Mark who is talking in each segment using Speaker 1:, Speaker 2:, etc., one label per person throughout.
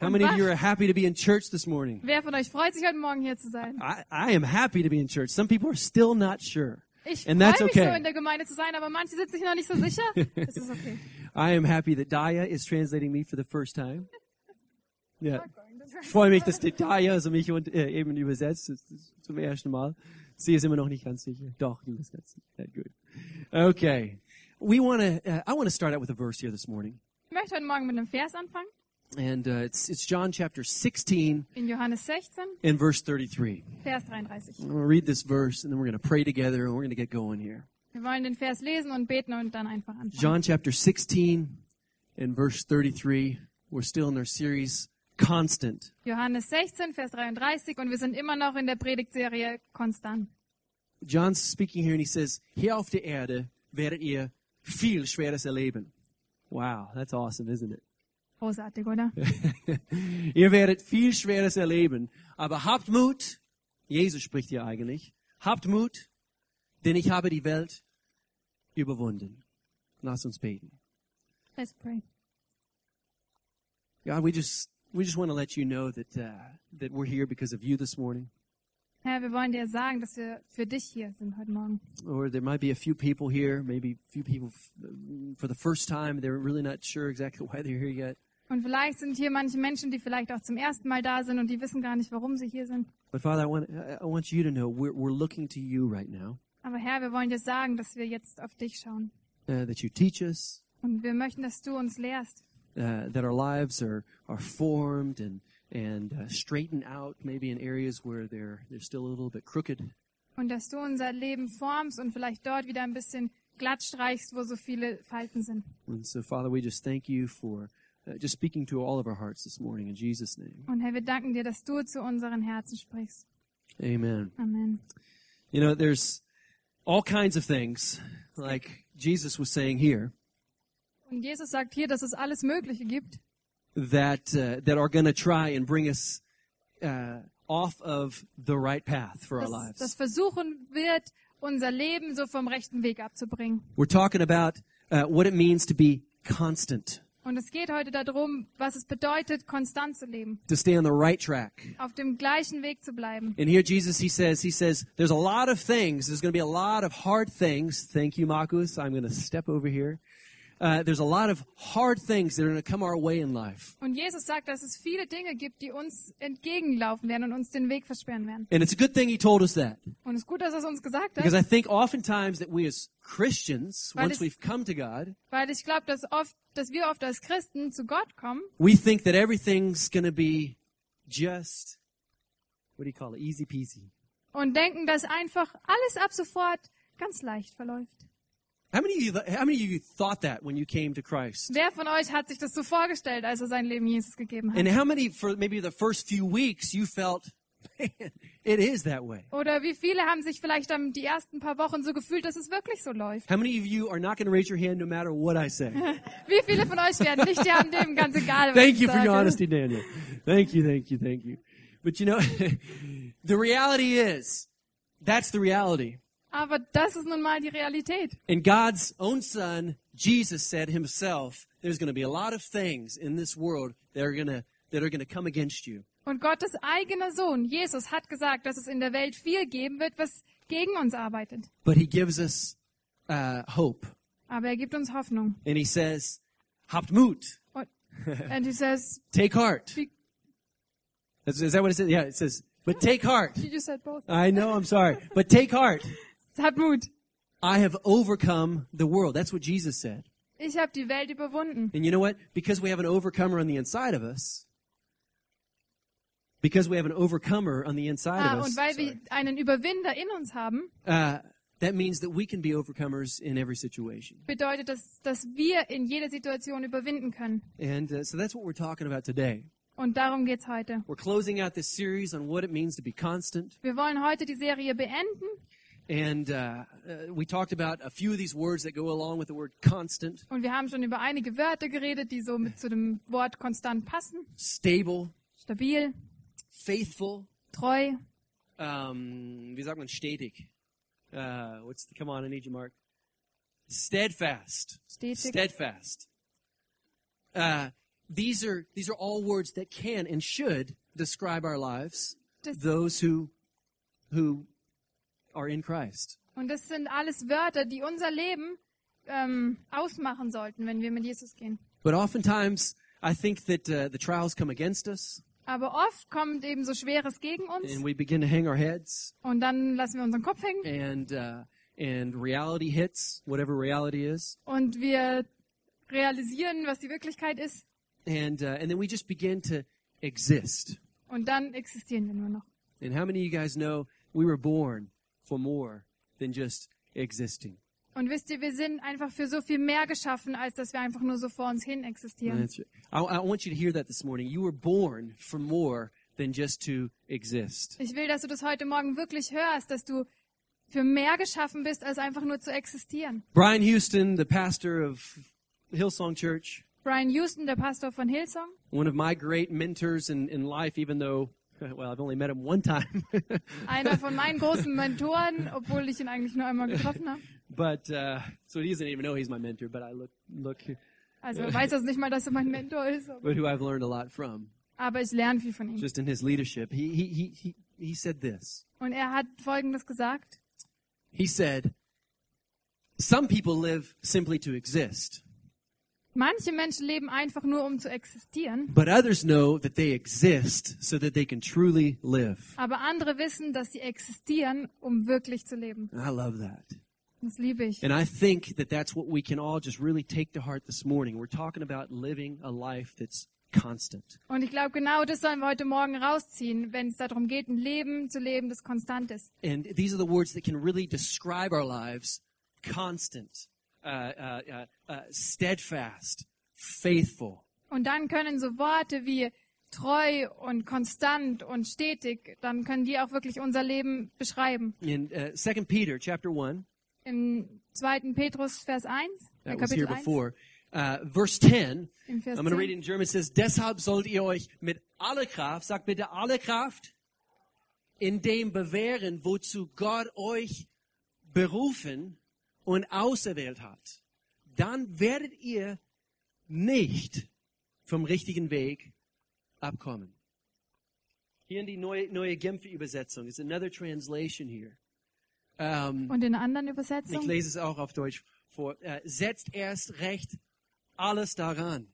Speaker 1: How many of
Speaker 2: was?
Speaker 1: you are happy to be in church this morning?
Speaker 2: Wer von euch freut sich heute Morgen hier zu sein?
Speaker 1: I, I am happy to be in church. Some people are still not sure.
Speaker 2: Ich freue
Speaker 1: And
Speaker 2: mich
Speaker 1: that's
Speaker 2: so in
Speaker 1: okay.
Speaker 2: der Gemeinde zu sein, aber manche sind sich noch nicht so sicher. Das ist okay.
Speaker 1: I am happy that Daya is translating me for the first time. Ja. Ich freue mich, dass die Daya also mich und, äh, eben übersetzt das ist zum ersten Mal. Sie ist immer noch nicht ganz sicher. Doch, die übersetzt. That good. Okay. We want to uh, I want to start out with a verse here this morning.
Speaker 2: Ich möchte heute Morgen mit einem Vers anfangen.
Speaker 1: And uh, it's it's John chapter 16
Speaker 2: In Johannes 16,
Speaker 1: and verse 33.
Speaker 2: Vers 33.
Speaker 1: I'm going to read this verse and then we're going to pray together and we're going to get going here.
Speaker 2: Wir wollen den Vers lesen und beten und dann einfach anfangen.
Speaker 1: John chapter 16 and verse 33. We're still in our series, Constant.
Speaker 2: Johannes 16, Vers 33 und wir sind immer noch in der Predigtserie Konstant.
Speaker 1: John's speaking here and he says, Hier auf der Erde werdet ihr viel Schweres erleben. Wow, that's awesome, isn't it?
Speaker 2: Großartig, oder?
Speaker 1: ihr werdet viel Schweres erleben, aber habt Mut. Jesus spricht hier eigentlich. Habt Mut, denn ich habe die Welt überwunden. Lass uns beten.
Speaker 2: Let's pray.
Speaker 1: God, we just, we just want to let you know that, uh, that we're here because of you this morning.
Speaker 2: Herr, wir wollen dir sagen, dass wir für dich hier sind heute Morgen.
Speaker 1: or there might be a few people here, maybe a few people f- for the first time. They're really not sure exactly why they're here yet.
Speaker 2: Und vielleicht sind hier manche Menschen, die vielleicht auch zum ersten Mal da sind und die wissen gar nicht, warum sie hier sind.
Speaker 1: But Father, I want I- I want you to know we're we're looking to you right now.
Speaker 2: Aber Herr, wir wollen dir sagen, dass wir jetzt auf dich schauen.
Speaker 1: Uh, that you teach us,
Speaker 2: Und wir möchten, dass du uns lehrst,
Speaker 1: uh, that our lives are are formed and and uh, straightened out, maybe in areas where they're they're still a little bit crooked.
Speaker 2: Und dass du unser Leben formst und vielleicht dort wieder ein bisschen glatt streichst, wo so viele Falten sind.
Speaker 1: And so, Father, we just thank you for uh, just speaking to all of our hearts this morning in Jesus' name.
Speaker 2: Und Herr, wir danken dir, dass du zu unseren Herzen sprichst.
Speaker 1: Amen.
Speaker 2: Amen.
Speaker 1: You know, there's all kinds of things like Jesus was saying here.
Speaker 2: Und Jesus sagt hier, dass es alles Mögliche gibt,
Speaker 1: that uh, that are going to try and bring us uh, off of the right path for our
Speaker 2: dass das
Speaker 1: lives.
Speaker 2: versuchen wird, unser Leben so vom rechten Weg abzubringen.
Speaker 1: We're talking about uh, what it means to be constant,
Speaker 2: Und es geht heute darum, was es bedeutet, konstant zu leben,
Speaker 1: to stay on the right track.
Speaker 2: auf dem gleichen Weg zu bleiben.
Speaker 1: And here Jesus, he says, he says, there's a lot of things. There's going to be a lot of hard things. Thank you, Marcus. I'm going to step over here. Uh, there's a lot of hard things that are going to come our way in life.
Speaker 2: Und Jesus sagt, dass es viele Dinge gibt, die uns entgegenlaufen werden und uns den Weg versperren werden.
Speaker 1: And it's a good thing he told us that.
Speaker 2: Und es ist gut, dass er es uns gesagt hat.
Speaker 1: Because I think oftentimes that we as Christians,
Speaker 2: Weil
Speaker 1: once
Speaker 2: es-
Speaker 1: we've come to God,
Speaker 2: Weil ich glaube, dass oft, dass wir oft als Christen zu Gott kommen
Speaker 1: we think that everything's going to be just what do you call it easy peasy
Speaker 2: und denken, dass einfach alles ab sofort ganz leicht verläuft.
Speaker 1: how many of you how many of you thought that when you came to christ
Speaker 2: Wer von euch hat sich das so vorgestellt, als er sein Leben Jesus gegeben
Speaker 1: and
Speaker 2: hat?
Speaker 1: how many for maybe the first few weeks you felt man it is that way
Speaker 2: Oder wie viele haben sich vielleicht am, die ersten paar Wochen so gefühlt, dass es wirklich so läuft?
Speaker 1: how many of you are not going to raise your hand no matter what i say
Speaker 2: Wie viele von euch werden nicht die Hand nehmen, ganz egal, was
Speaker 1: thank
Speaker 2: ich
Speaker 1: you for
Speaker 2: sage.
Speaker 1: your honesty daniel thank you thank you thank you but you know the reality is that's the reality
Speaker 2: Aber das ist nun mal die Realität.
Speaker 1: And God's own son, Jesus said himself, there's going to be a lot of things in this world that are going to, that are going to come against you.
Speaker 2: Und Gottes eigener Sohn, Jesus, hat gesagt, dass es in der Welt viel geben wird, was gegen uns arbeitet.
Speaker 1: But he gives us, uh, hope.
Speaker 2: Aber er gibt uns Hoffnung.
Speaker 1: And he says, habt Mut,
Speaker 2: Und, and he says,
Speaker 1: take heart.
Speaker 2: Be-
Speaker 1: Is, is that what it says? Yeah, it says, but take heart.
Speaker 2: You just said both.
Speaker 1: I know, I'm sorry, but take heart.
Speaker 2: Hab Mut.
Speaker 1: I have overcome the world. That's what Jesus said.
Speaker 2: Ich habe die Welt überwunden.
Speaker 1: And you know what? Because we have an overcomer on the inside of us, because we have an overcomer on the inside
Speaker 2: Ah,
Speaker 1: of us.
Speaker 2: und weil
Speaker 1: sorry.
Speaker 2: wir einen Überwinder in uns haben,
Speaker 1: Uh, that means that we can be overcomers in every situation.
Speaker 2: bedeutet das, dass wir in jeder Situation überwinden können.
Speaker 1: And uh, so that's what we're talking about today.
Speaker 2: Und darum geht's heute.
Speaker 1: We're closing out this series on what it means to be constant.
Speaker 2: Wir wollen heute die Serie beenden.
Speaker 1: And uh, uh, we talked about a few of these words that go along with the word constant,
Speaker 2: Und wir haben schon über einige Wörter geredet, die so mit zu dem Wort konstant passen.
Speaker 1: stable,
Speaker 2: Stabil,
Speaker 1: faithful,
Speaker 2: treu,
Speaker 1: um, wie sagt man, stetig? Uh, what's the, come on, I need you, Mark. Steadfast.
Speaker 2: stetig.
Speaker 1: Steadfast. Uh, these are these are all words that can and should describe our lives
Speaker 2: Das-
Speaker 1: those who who are in christ
Speaker 2: Und das sind alles Wörter, die unser Leben ähm, ausmachen sollten, wenn wir mit Jesus gehen.
Speaker 1: but oftentimes i think that uh, the trials come against us
Speaker 2: Aber oft kommt eben so Schweres gegen uns
Speaker 1: and we begin to hang our heads
Speaker 2: und dann lassen wir unseren Kopf hängen
Speaker 1: and uh, and reality hits whatever reality is
Speaker 2: und wir realisieren, was die Wirklichkeit ist
Speaker 1: and uh, and then we just begin to exist
Speaker 2: und dann existieren wir nur noch.
Speaker 1: and how many of you guys know we were born for more than just existing
Speaker 2: Und wisst ihr, wir sind einfach für so viel mehr geschaffen, als dass wir einfach nur so vor uns hin existieren.
Speaker 1: That's right. I, I want you to hear that this morning. You were born for more than just to exist.
Speaker 2: Ich will, dass du das heute Morgen wirklich hörst, dass du für mehr geschaffen bist, als einfach nur zu existieren.
Speaker 1: Brian Houston, the pastor of Hillsong Church,
Speaker 2: Brian Houston, der Pastor von Hillsong,
Speaker 1: one of my great mentors in, in life, even though, well, I've only met him one time,
Speaker 2: einer von meinen großen Mentoren, obwohl ich ihn eigentlich nur einmal getroffen habe.
Speaker 1: but uh, so he doesn't even know he's my mentor, but I look, look,
Speaker 2: Also er weiß das nicht mal, dass er mein Mentor ist.
Speaker 1: but who I've learned a lot from
Speaker 2: Aber ich lerne viel von ihm.
Speaker 1: just in his leadership. He, he, he, he, he said this.
Speaker 2: Und er hat Folgendes gesagt.
Speaker 1: He said, Some people live simply to exist,
Speaker 2: Manche Menschen leben einfach nur, um zu existieren.
Speaker 1: but others know that they exist so that they can truly live.
Speaker 2: Aber andere wissen, dass sie existieren, um wirklich zu leben.
Speaker 1: I love that.
Speaker 2: Das liebe ich.
Speaker 1: And I think that that's what we can all just really take to heart this morning. We're talking about living a life that's constant.
Speaker 2: Und ich glaube, genau das sollen wir heute Morgen rausziehen, wenn es darum geht, ein Leben zu leben, das konstant ist.
Speaker 1: And these are the words that can really describe our lives constant, uh, uh, uh, uh, steadfast, faithful.
Speaker 2: Und dann können so Worte wie treu und konstant und stetig, dann können die auch wirklich unser Leben beschreiben.
Speaker 1: In uh, 2 Peter chapter 1,
Speaker 2: Im 2. Petrus, Vers 1, äh,
Speaker 1: that was here
Speaker 2: Kapitel 1,
Speaker 1: before, uh, verse 10,
Speaker 2: im
Speaker 1: I'm
Speaker 2: Vers
Speaker 1: going to read it
Speaker 2: 10.
Speaker 1: in German. It says, Deshalb sollt ihr euch mit aller Kraft, sagt bitte alle Kraft, in dem bewähren, wozu Gott euch berufen und auserwählt hat. Dann werdet ihr nicht vom richtigen Weg abkommen. Hier in die neue, neue Genfer Übersetzung. It's another translation here. Ähm,
Speaker 2: Und in einer anderen
Speaker 1: ich
Speaker 2: Übersetzung,
Speaker 1: lese es auch auf Deutsch vor. Äh, setzt erst recht alles daran,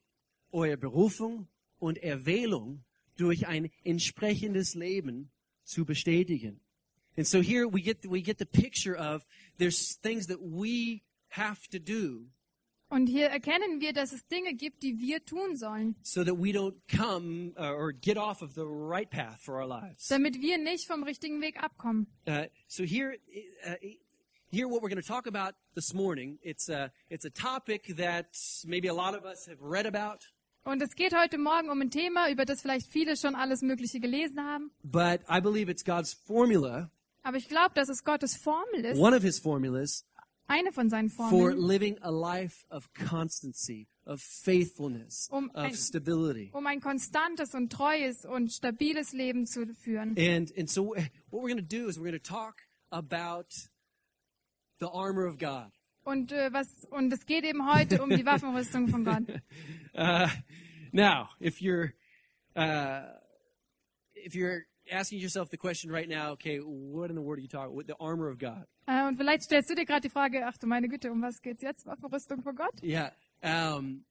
Speaker 1: eure Berufung und Erwählung durch ein entsprechendes Leben zu bestätigen. And so here we get we get the picture of there's things that we have to do
Speaker 2: und hier erkennen wir, dass es Dinge gibt, die wir tun sollen,
Speaker 1: so that we don't come uh, or get off of the right path for our lives.
Speaker 2: damit wir nicht vom richtigen Weg abkommen.
Speaker 1: Uh, so here, uh, here, what we're going to talk about this morning, it's a, it's a topic that maybe a lot of us have read about,
Speaker 2: Und es geht heute Morgen um ein Thema, über das vielleicht viele schon alles Mögliche gelesen haben.
Speaker 1: but I believe it's God's formula,
Speaker 2: Aber ich glaube, dass es Gottes Formel ist,
Speaker 1: one of His formulas
Speaker 2: eine von seinen
Speaker 1: for
Speaker 2: Formeln,
Speaker 1: living a life of constancy, of faithfulness,
Speaker 2: Um ein-
Speaker 1: of stability.
Speaker 2: um ein konstantes und treues und stabiles Leben zu führen.
Speaker 1: And and so what we're going to do is we're going to talk about the armor of God.
Speaker 2: Und äh, was und es geht eben heute um die Waffenrüstung von Gott.
Speaker 1: Uh, now, if you're uh, if you're asking yourself the question right now, okay, what in the world are you talking? What, the armor of God?
Speaker 2: Äh, und vielleicht stellst du dir gerade die Frage, ach du meine Güte, um was geht's jetzt? Waffenrüstung von Gott?
Speaker 1: Yeah. Um,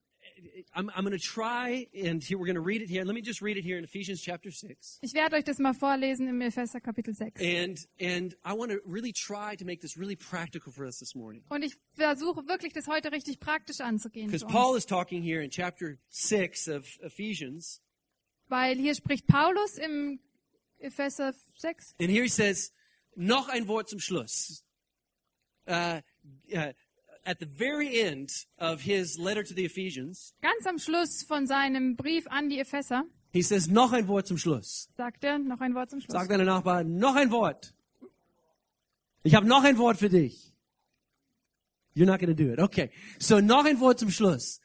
Speaker 1: I'm, I'm going to try, and here we're going to read it here. Let me just read it here in Ephesians chapter six,
Speaker 2: Ich werde euch das mal vorlesen im Epheser Kapitel 6.
Speaker 1: and and I want to really try to make this really practical for us this morning,
Speaker 2: Und ich versuche wirklich, das heute richtig praktisch anzugehen.
Speaker 1: because
Speaker 2: für uns.
Speaker 1: Paul is talking here in chapter six of Ephesians,
Speaker 2: Weil hier spricht Paulus im Epheser 6.
Speaker 1: And here he says, noch ein Wort zum Schluss. Uh, uh, at the very end of his letter to the Ephesians,
Speaker 2: Ganz am Schluss von seinem Brief an die Epheser
Speaker 1: he says, noch ein Wort zum Schluss.
Speaker 2: sagt er noch ein Wort zum Schluss.
Speaker 1: Sag deinem Nachbarn, noch ein Wort. Ich habe noch ein Wort für dich. You're not going to do it. Okay. So, noch ein Wort zum Schluss.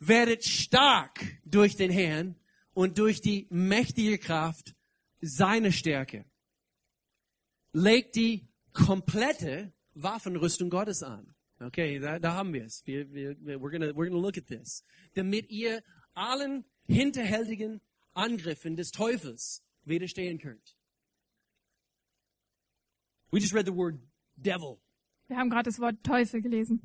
Speaker 1: Werdet stark durch den Herrn und durch die mächtige Kraft seiner Stärke. Legt die komplette Waffenrüstung Gottes an. Okay, da, da haben wir es. Wir, wir, wir- we're gonna, we're gonna look at this. Damit ihr allen hinterhältigen Angriffen des Teufels widerstehen könnt. We just read the word devil.
Speaker 2: Wir haben gerade das Wort Teufel gelesen.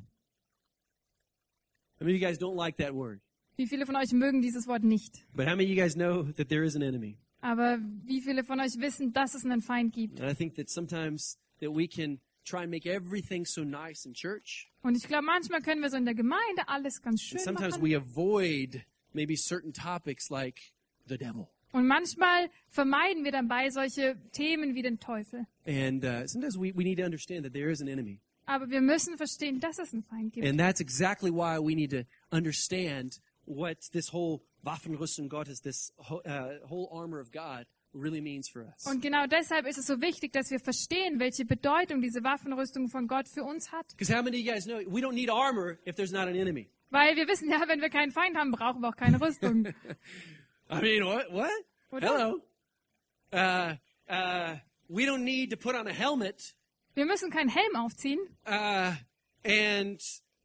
Speaker 1: How many of you guys don't like that word?
Speaker 2: Wie viele von euch mögen dieses Wort nicht?
Speaker 1: But how many of you guys know that there is an enemy?
Speaker 2: Aber wie viele von euch wissen, dass es einen Feind gibt?
Speaker 1: And I think that sometimes that we can try and make everything so nice in church.
Speaker 2: Und ich glaube, manchmal können wir so in der Gemeinde alles
Speaker 1: And
Speaker 2: ganz schön
Speaker 1: sometimes
Speaker 2: machen.
Speaker 1: we avoid maybe certain topics like the devil.
Speaker 2: Und manchmal vermeiden wir dabei solche Themen wie den Teufel.
Speaker 1: And uh, sometimes we, we need to understand that there is an enemy.
Speaker 2: Aber wir müssen verstehen, dass es einen Feind gibt.
Speaker 1: And that's exactly why we need to understand what this whole Waffenrüstung Gottes, this whole, uh, whole armor of God really means for us.
Speaker 2: Und genau deshalb ist es so wichtig, dass wir verstehen, welche Bedeutung diese Waffenrüstung von Gott für uns hat.
Speaker 1: Because how many of you guys know we don't need armor if there's not an enemy?
Speaker 2: Weil wir wissen ja, wenn wir keinen Feind haben, brauchen wir auch keine Rüstung.
Speaker 1: I mean, what? What?
Speaker 2: What
Speaker 1: Hello. Uh, uh, we don't need to put on a helmet
Speaker 2: Wir müssen keinen Helm aufziehen
Speaker 1: uh, and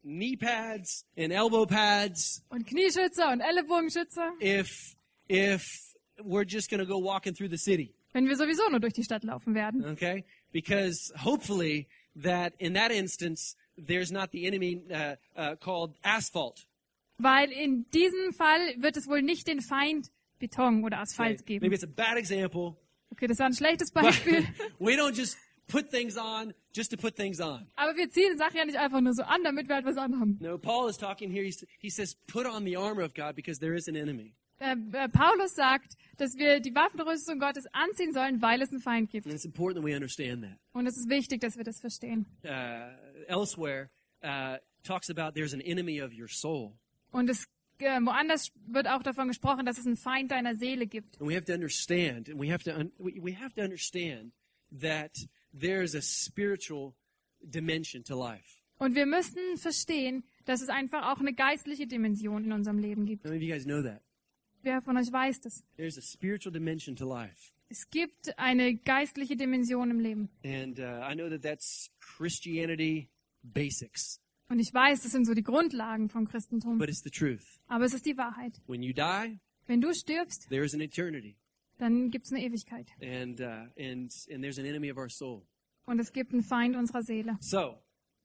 Speaker 1: knee pads and elbow pads
Speaker 2: und Knieschützer und Ellenbogenschützer,
Speaker 1: if if we're just going to go walking through the city.
Speaker 2: wenn wir sowieso nur durch die Stadt laufen werden.
Speaker 1: okay because hopefully that in that instance there's not the enemy uh, uh, called asphalt
Speaker 2: Weil in diesem Fall wird es wohl nicht den Feind Beton oder Asphalt
Speaker 1: Okay, maybe
Speaker 2: geben.
Speaker 1: it's a bad example
Speaker 2: Okay, das war ein schlechtes
Speaker 1: but
Speaker 2: Beispiel.
Speaker 1: we don't just put things on just to put things on
Speaker 2: Aber wir ziehen Sachen ja nicht einfach nur so an, damit wir halt was anhaben.
Speaker 1: no paul is talking here he's, he says put on the armor of god because there is an enemy
Speaker 2: Äh, äh, Paulus sagt, dass wir die Waffenrüstung Gottes anziehen sollen, weil es einen Feind gibt.
Speaker 1: and it's important that we understand that
Speaker 2: Und es ist wichtig, dass wir das verstehen.
Speaker 1: uh, elsewhere uh, talks about there's an enemy of your soul
Speaker 2: Und es, äh, woanders wird auch davon gesprochen, dass es einen Feind deiner Seele gibt.
Speaker 1: And we have to understand, and we have to un- we, we have to understand that there is a spiritual dimension to life.
Speaker 2: Und wir müssen verstehen, dass es einfach auch eine geistliche Dimension in unserem Leben gibt.
Speaker 1: How many of you guys know that?
Speaker 2: Wer von euch weiß das?
Speaker 1: There's a spiritual dimension to life,
Speaker 2: Es gibt eine geistliche Dimension im Leben.
Speaker 1: and uh, I know that that's Christianity basics,
Speaker 2: Und ich weiß, das sind so die Grundlagen vom Christentum.
Speaker 1: but it's the truth.
Speaker 2: Aber es ist die Wahrheit.
Speaker 1: When you die,
Speaker 2: Wenn du stirbst,
Speaker 1: there is an eternity,
Speaker 2: dann gibt es eine Ewigkeit.
Speaker 1: and uh, and and there's an enemy of our soul.
Speaker 2: Und es gibt einen Feind unserer Seele.
Speaker 1: So,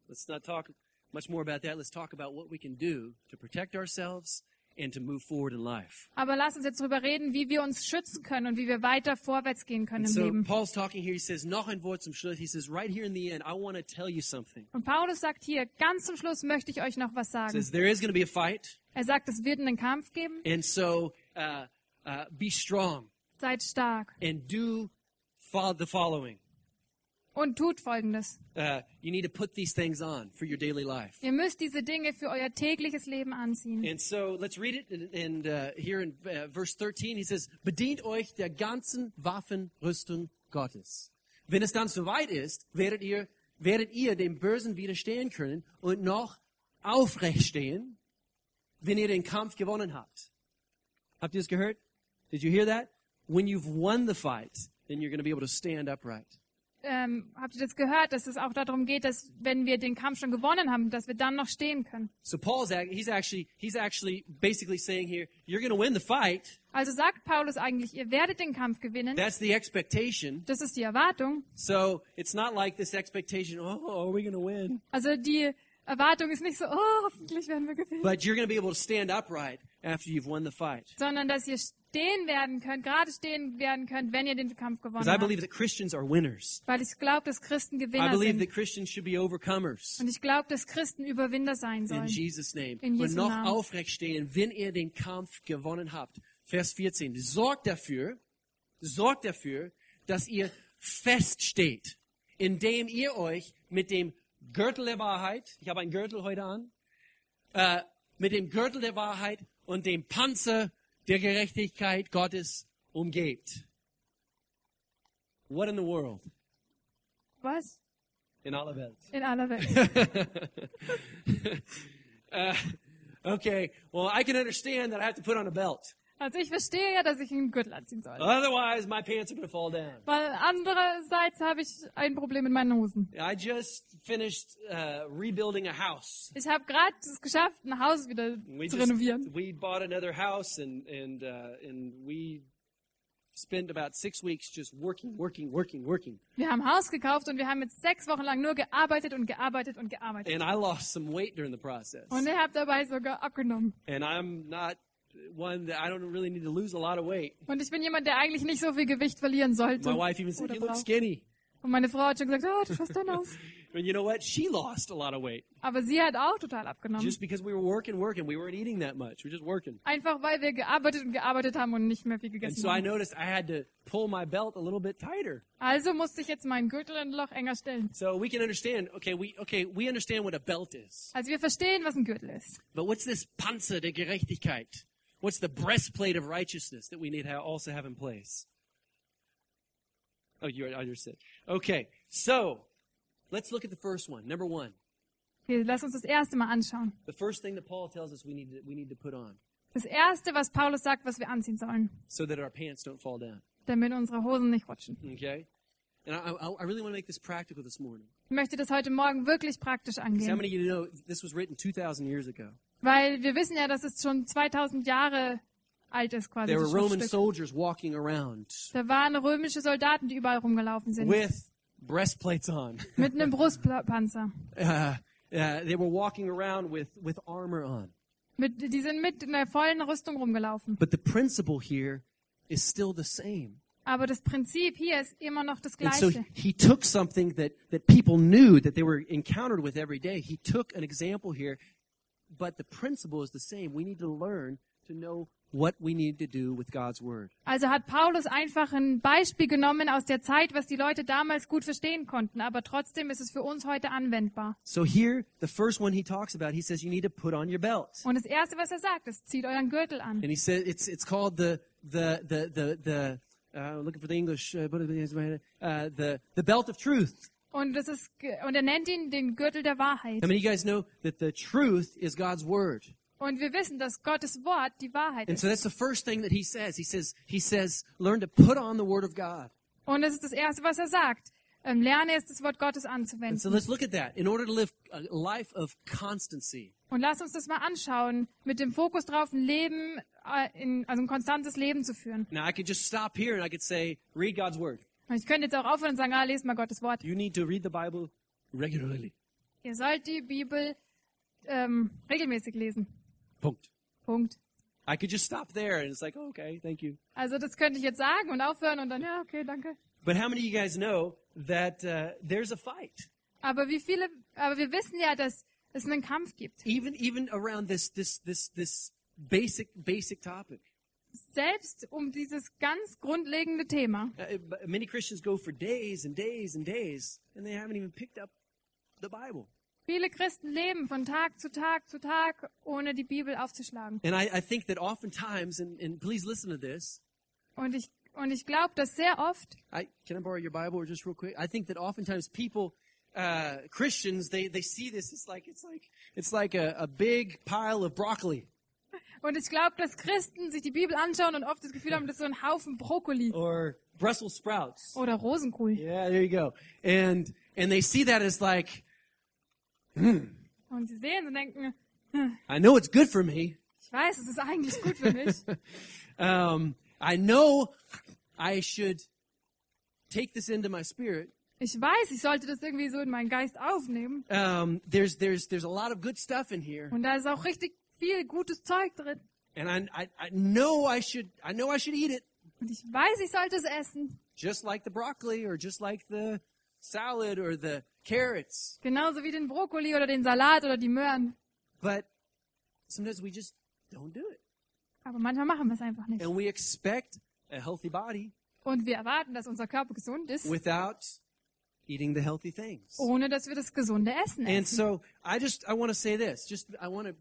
Speaker 1: let's not talk much more about that. Let's talk about what we can do to protect ourselves and to move forward in life.
Speaker 2: Aber lass uns jetzt darüber reden, wie wir uns schützen können und wie wir weiter vorwärts gehen können
Speaker 1: And
Speaker 2: im
Speaker 1: so
Speaker 2: Leben.
Speaker 1: Paul's talking here. He says, noch ein Wort zum Schluss. He says, right here in the end, I want to tell you something.
Speaker 2: Und Paulus sagt hier, ganz zum Schluss möchte ich euch noch was
Speaker 1: He
Speaker 2: sagen.
Speaker 1: says, there is going to be a fight.
Speaker 2: Er sagt, es wird einen Kampf geben.
Speaker 1: And so uh, uh, be strong
Speaker 2: Seid stark
Speaker 1: and do fo- the following.
Speaker 2: und tut Folgendes.
Speaker 1: Uh, you need to put these things on for your daily life.
Speaker 2: Ihr müsst diese Dinge für euer tägliches Leben anziehen.
Speaker 1: And so let's read it. And, and uh, here in uh, verse 13, he says, Bedient euch der ganzen Waffenrüstung Gottes. Wenn es dann soweit ist, werdet ihr, werdet ihr dem Bösen widerstehen können und noch aufrecht stehen, wenn ihr den Kampf gewonnen habt. Habt ihr das gehört? Did you hear that? When you've won the fight, then you're going to be able to stand upright.
Speaker 2: Ähm, habt ihr das gehört, dass es auch darum geht, dass wenn wir den Kampf schon gewonnen haben, dass wir dann noch stehen können?
Speaker 1: So Paul's act, he's actually he's actually basically saying here, you're going to win the fight.
Speaker 2: Also sagt Paulus eigentlich, ihr werdet den Kampf gewinnen.
Speaker 1: That's the expectation.
Speaker 2: Das ist die Erwartung.
Speaker 1: So it's not like this expectation, oh, are we going to win?
Speaker 2: Also die Erwartung ist nicht so, oh, hoffentlich werden wir gewinnen,
Speaker 1: But you're going to be able to stand upright after you've won the fight.
Speaker 2: sondern dass ihr stehen werden könnt, gerade stehen werden könnt, wenn ihr den Kampf gewonnen
Speaker 1: Because I
Speaker 2: habt.
Speaker 1: believe that Christians are winners.
Speaker 2: Weil ich glaube, dass Christen
Speaker 1: I
Speaker 2: Gewinner
Speaker 1: believe
Speaker 2: sind.
Speaker 1: that Christians should be overcomers.
Speaker 2: Und ich glaube, dass Christen Überwinder sein
Speaker 1: In
Speaker 2: sollen.
Speaker 1: Jesus' name.
Speaker 2: In
Speaker 1: Und
Speaker 2: Jesu
Speaker 1: noch
Speaker 2: Namen.
Speaker 1: aufrecht stehen, wenn ihr den Kampf gewonnen habt. Vers 14. Sorgt dafür, sorgt dafür, dass ihr fest steht, indem ihr euch mit dem Gürtel der Wahrheit, ich habe einen Gürtel heute an, äh, mit dem Gürtel der Wahrheit und dem Panzer der Gerechtigkeit Gottes umgebt. What in the world?
Speaker 2: Was?
Speaker 1: In aller Welt.
Speaker 2: In aller Welt.
Speaker 1: Okay, well, I can understand that I have to put on a belt.
Speaker 2: Also ich verstehe ja, dass ich einen Gürtel anziehen soll.
Speaker 1: Otherwise, my pants are going to fall down.
Speaker 2: Weil andererseits habe ich ein Problem mit meinen Hosen.
Speaker 1: I just finished uh, rebuilding a house.
Speaker 2: Ich habe gerade es geschafft, ein Haus wieder
Speaker 1: We
Speaker 2: zu
Speaker 1: just-
Speaker 2: renovieren.
Speaker 1: we bought another house, and and uh, and we spent about six weeks just working, working, working, working.
Speaker 2: Wir haben ein Haus gekauft und wir haben jetzt sechs Wochen lang nur gearbeitet und gearbeitet und gearbeitet.
Speaker 1: And I lost some weight during the process.
Speaker 2: Und ich habe dabei sogar abgenommen.
Speaker 1: And I'm not one that I don't really need to lose a lot of weight.
Speaker 2: Und ich bin jemand, der eigentlich nicht so viel Gewicht verlieren sollte.
Speaker 1: My wife even said,
Speaker 2: Oder
Speaker 1: "You look
Speaker 2: braucht.
Speaker 1: skinny."
Speaker 2: Und meine Frau hat schon gesagt, oh, du schaust dünn aus.
Speaker 1: And you know what? She lost a lot of weight
Speaker 2: Aber sie hat auch total abgenommen.
Speaker 1: just because we were working, working. We weren't eating that much. We were just working.
Speaker 2: Einfach weil wir gearbeitet und gearbeitet haben und nicht mehr viel
Speaker 1: And
Speaker 2: gegessen
Speaker 1: so I
Speaker 2: haben.
Speaker 1: noticed I had to pull my belt a little bit tighter.
Speaker 2: Also musste ich jetzt meinen Gürtel ein Loch enger stellen.
Speaker 1: So we can understand. Okay, we okay we understand what a belt is,
Speaker 2: Also wir verstehen, was ein Gürtel ist.
Speaker 1: but what's this Panzer der Gerechtigkeit? What's the breastplate of righteousness that we need to also have in place? Oh, you are you're sick. Okay, so let's look at the first one. Number one,
Speaker 2: Hier, lass uns das erste mal anschauen.
Speaker 1: the first thing that Paul tells us we need to, we need to put on
Speaker 2: Das erste, was Paulus sagt, was wir anziehen sollen,
Speaker 1: so that our pants don't fall down.
Speaker 2: damit unsere Hosen nicht rutschen.
Speaker 1: Okay, and I, I, I really want to make this practical this morning.
Speaker 2: Ich möchte das heute Morgen wirklich praktisch
Speaker 1: Because how
Speaker 2: angehen,
Speaker 1: many of you know this was written two thousand years ago?
Speaker 2: weil wir wissen ja, dass es schon 2000 Jahre alt ist quasi.
Speaker 1: There were
Speaker 2: Das
Speaker 1: Roman
Speaker 2: Schriftstück.
Speaker 1: soldiers walking around
Speaker 2: Da waren römische Soldaten, die überall rumgelaufen sind,
Speaker 1: with breastplates on.
Speaker 2: mit einem Brustpanzer.
Speaker 1: Uh, uh, they were walking around with, with armor on.
Speaker 2: Mit, die sind mit in der vollen Rüstung rumgelaufen.
Speaker 1: But the principle here is still the same.
Speaker 2: Aber das Prinzip hier ist immer noch das
Speaker 1: And so
Speaker 2: gleiche.
Speaker 1: he took something that, that people knew that they were encountered with every day. He took an example here, but the principle is the same. We need to learn to know what we need to do with God's word.
Speaker 2: Also hat Paulus einfach ein Beispiel genommen aus der Zeit, was die Leute damals gut verstehen konnten, aber trotzdem ist es für uns heute anwendbar.
Speaker 1: So here, the first one he talks about, he says you need to put on your belt.
Speaker 2: Und das erste, was er sagt, ist zieht euren Gürtel an.
Speaker 1: and he said it's it's called the the the the the uh, looking for the English uh, but it is my- uh, the the belt of truth.
Speaker 2: Und das ist ge- und er nennt ihn den Gürtel der Wahrheit.
Speaker 1: I mean, you guys know that the truth is God's word,
Speaker 2: Und wir wissen, dass Gottes Wort die Wahrheit
Speaker 1: and
Speaker 2: ist.
Speaker 1: so that's the first thing that he says. He says he says learn to put on the word of God.
Speaker 2: Und das ist das erste, was er sagt. Ähm, lerne es, das Wort Gottes
Speaker 1: And so
Speaker 2: anzuwenden.
Speaker 1: let's look at that in order to live a life of constancy.
Speaker 2: Und lass uns das mal anschauen, mit dem Fokus drauf, ein Leben, äh, in, also ein konstantes Leben zu führen.
Speaker 1: Now I could just stop here and I could say read God's word.
Speaker 2: Und ich könnte jetzt auch aufhören und sagen, ah, lest mal Gottes Wort.
Speaker 1: You need to read the Bible regularly.
Speaker 2: Ihr sollt die Bibel ähm, regelmäßig lesen.
Speaker 1: Punkt.
Speaker 2: Punkt.
Speaker 1: I could just stop there and it's like oh, okay, thank you.
Speaker 2: Also das könnte ich jetzt sagen und aufhören und dann, ja, okay, danke.
Speaker 1: But how many of you guys know that uh, there's a fight?
Speaker 2: Aber wie viele, aber wir wissen ja, dass es einen Kampf gibt.
Speaker 1: even even around this this this this basic basic topic
Speaker 2: Selbst um dieses ganz grundlegende Thema.
Speaker 1: Uh, but many christians go for days and days and days and they haven't even picked up the bible
Speaker 2: Viele Christen leben von Tag zu Tag zu Tag, ohne die Bibel aufzuschlagen.
Speaker 1: and i, I think that oftentimes and, and please listen to this
Speaker 2: Und ich, und ich glaube, dass sehr oft,
Speaker 1: i can i borrow your bible or just real quick i think that oftentimes people uh, christians they, they see this it's like it's like it's like a, a big pile of broccoli
Speaker 2: und ich glaube, dass Christen sich die Bibel anschauen und oft das Gefühl haben, das ist so ein Haufen Brokkoli
Speaker 1: or brussels sprouts
Speaker 2: oder Rosenkohl.
Speaker 1: yeah there you go and and they see that as like
Speaker 2: Und sie sehen und denken,
Speaker 1: i know it's good for me
Speaker 2: ich weiß, es ist eigentlich gut für mich.
Speaker 1: um, I know I should take this into my spirit.
Speaker 2: Ich weiß, ich sollte das irgendwie so in meinen Geist aufnehmen.
Speaker 1: Um, there's there's there's a lot of good stuff in here,
Speaker 2: Und da ist auch richtig viel gutes Zeug drin.
Speaker 1: and I, I I know I should I know I should eat it
Speaker 2: Und ich weiß, ich sollte es essen.
Speaker 1: just like the broccoli or just like the salad or the carrots.
Speaker 2: Genauso wie den Brokkoli oder den Salat oder die Möhren.
Speaker 1: But sometimes we just don't do it,
Speaker 2: Aber manchmal machen wir es einfach nicht.
Speaker 1: and we expect a healthy body
Speaker 2: Und wir erwarten, dass unser Körper gesund ist,
Speaker 1: Oh without eating the healthy things.
Speaker 2: ohne dass wir das gesunde Essen
Speaker 1: And
Speaker 2: essen.
Speaker 1: so I just I want to say this. Just I want to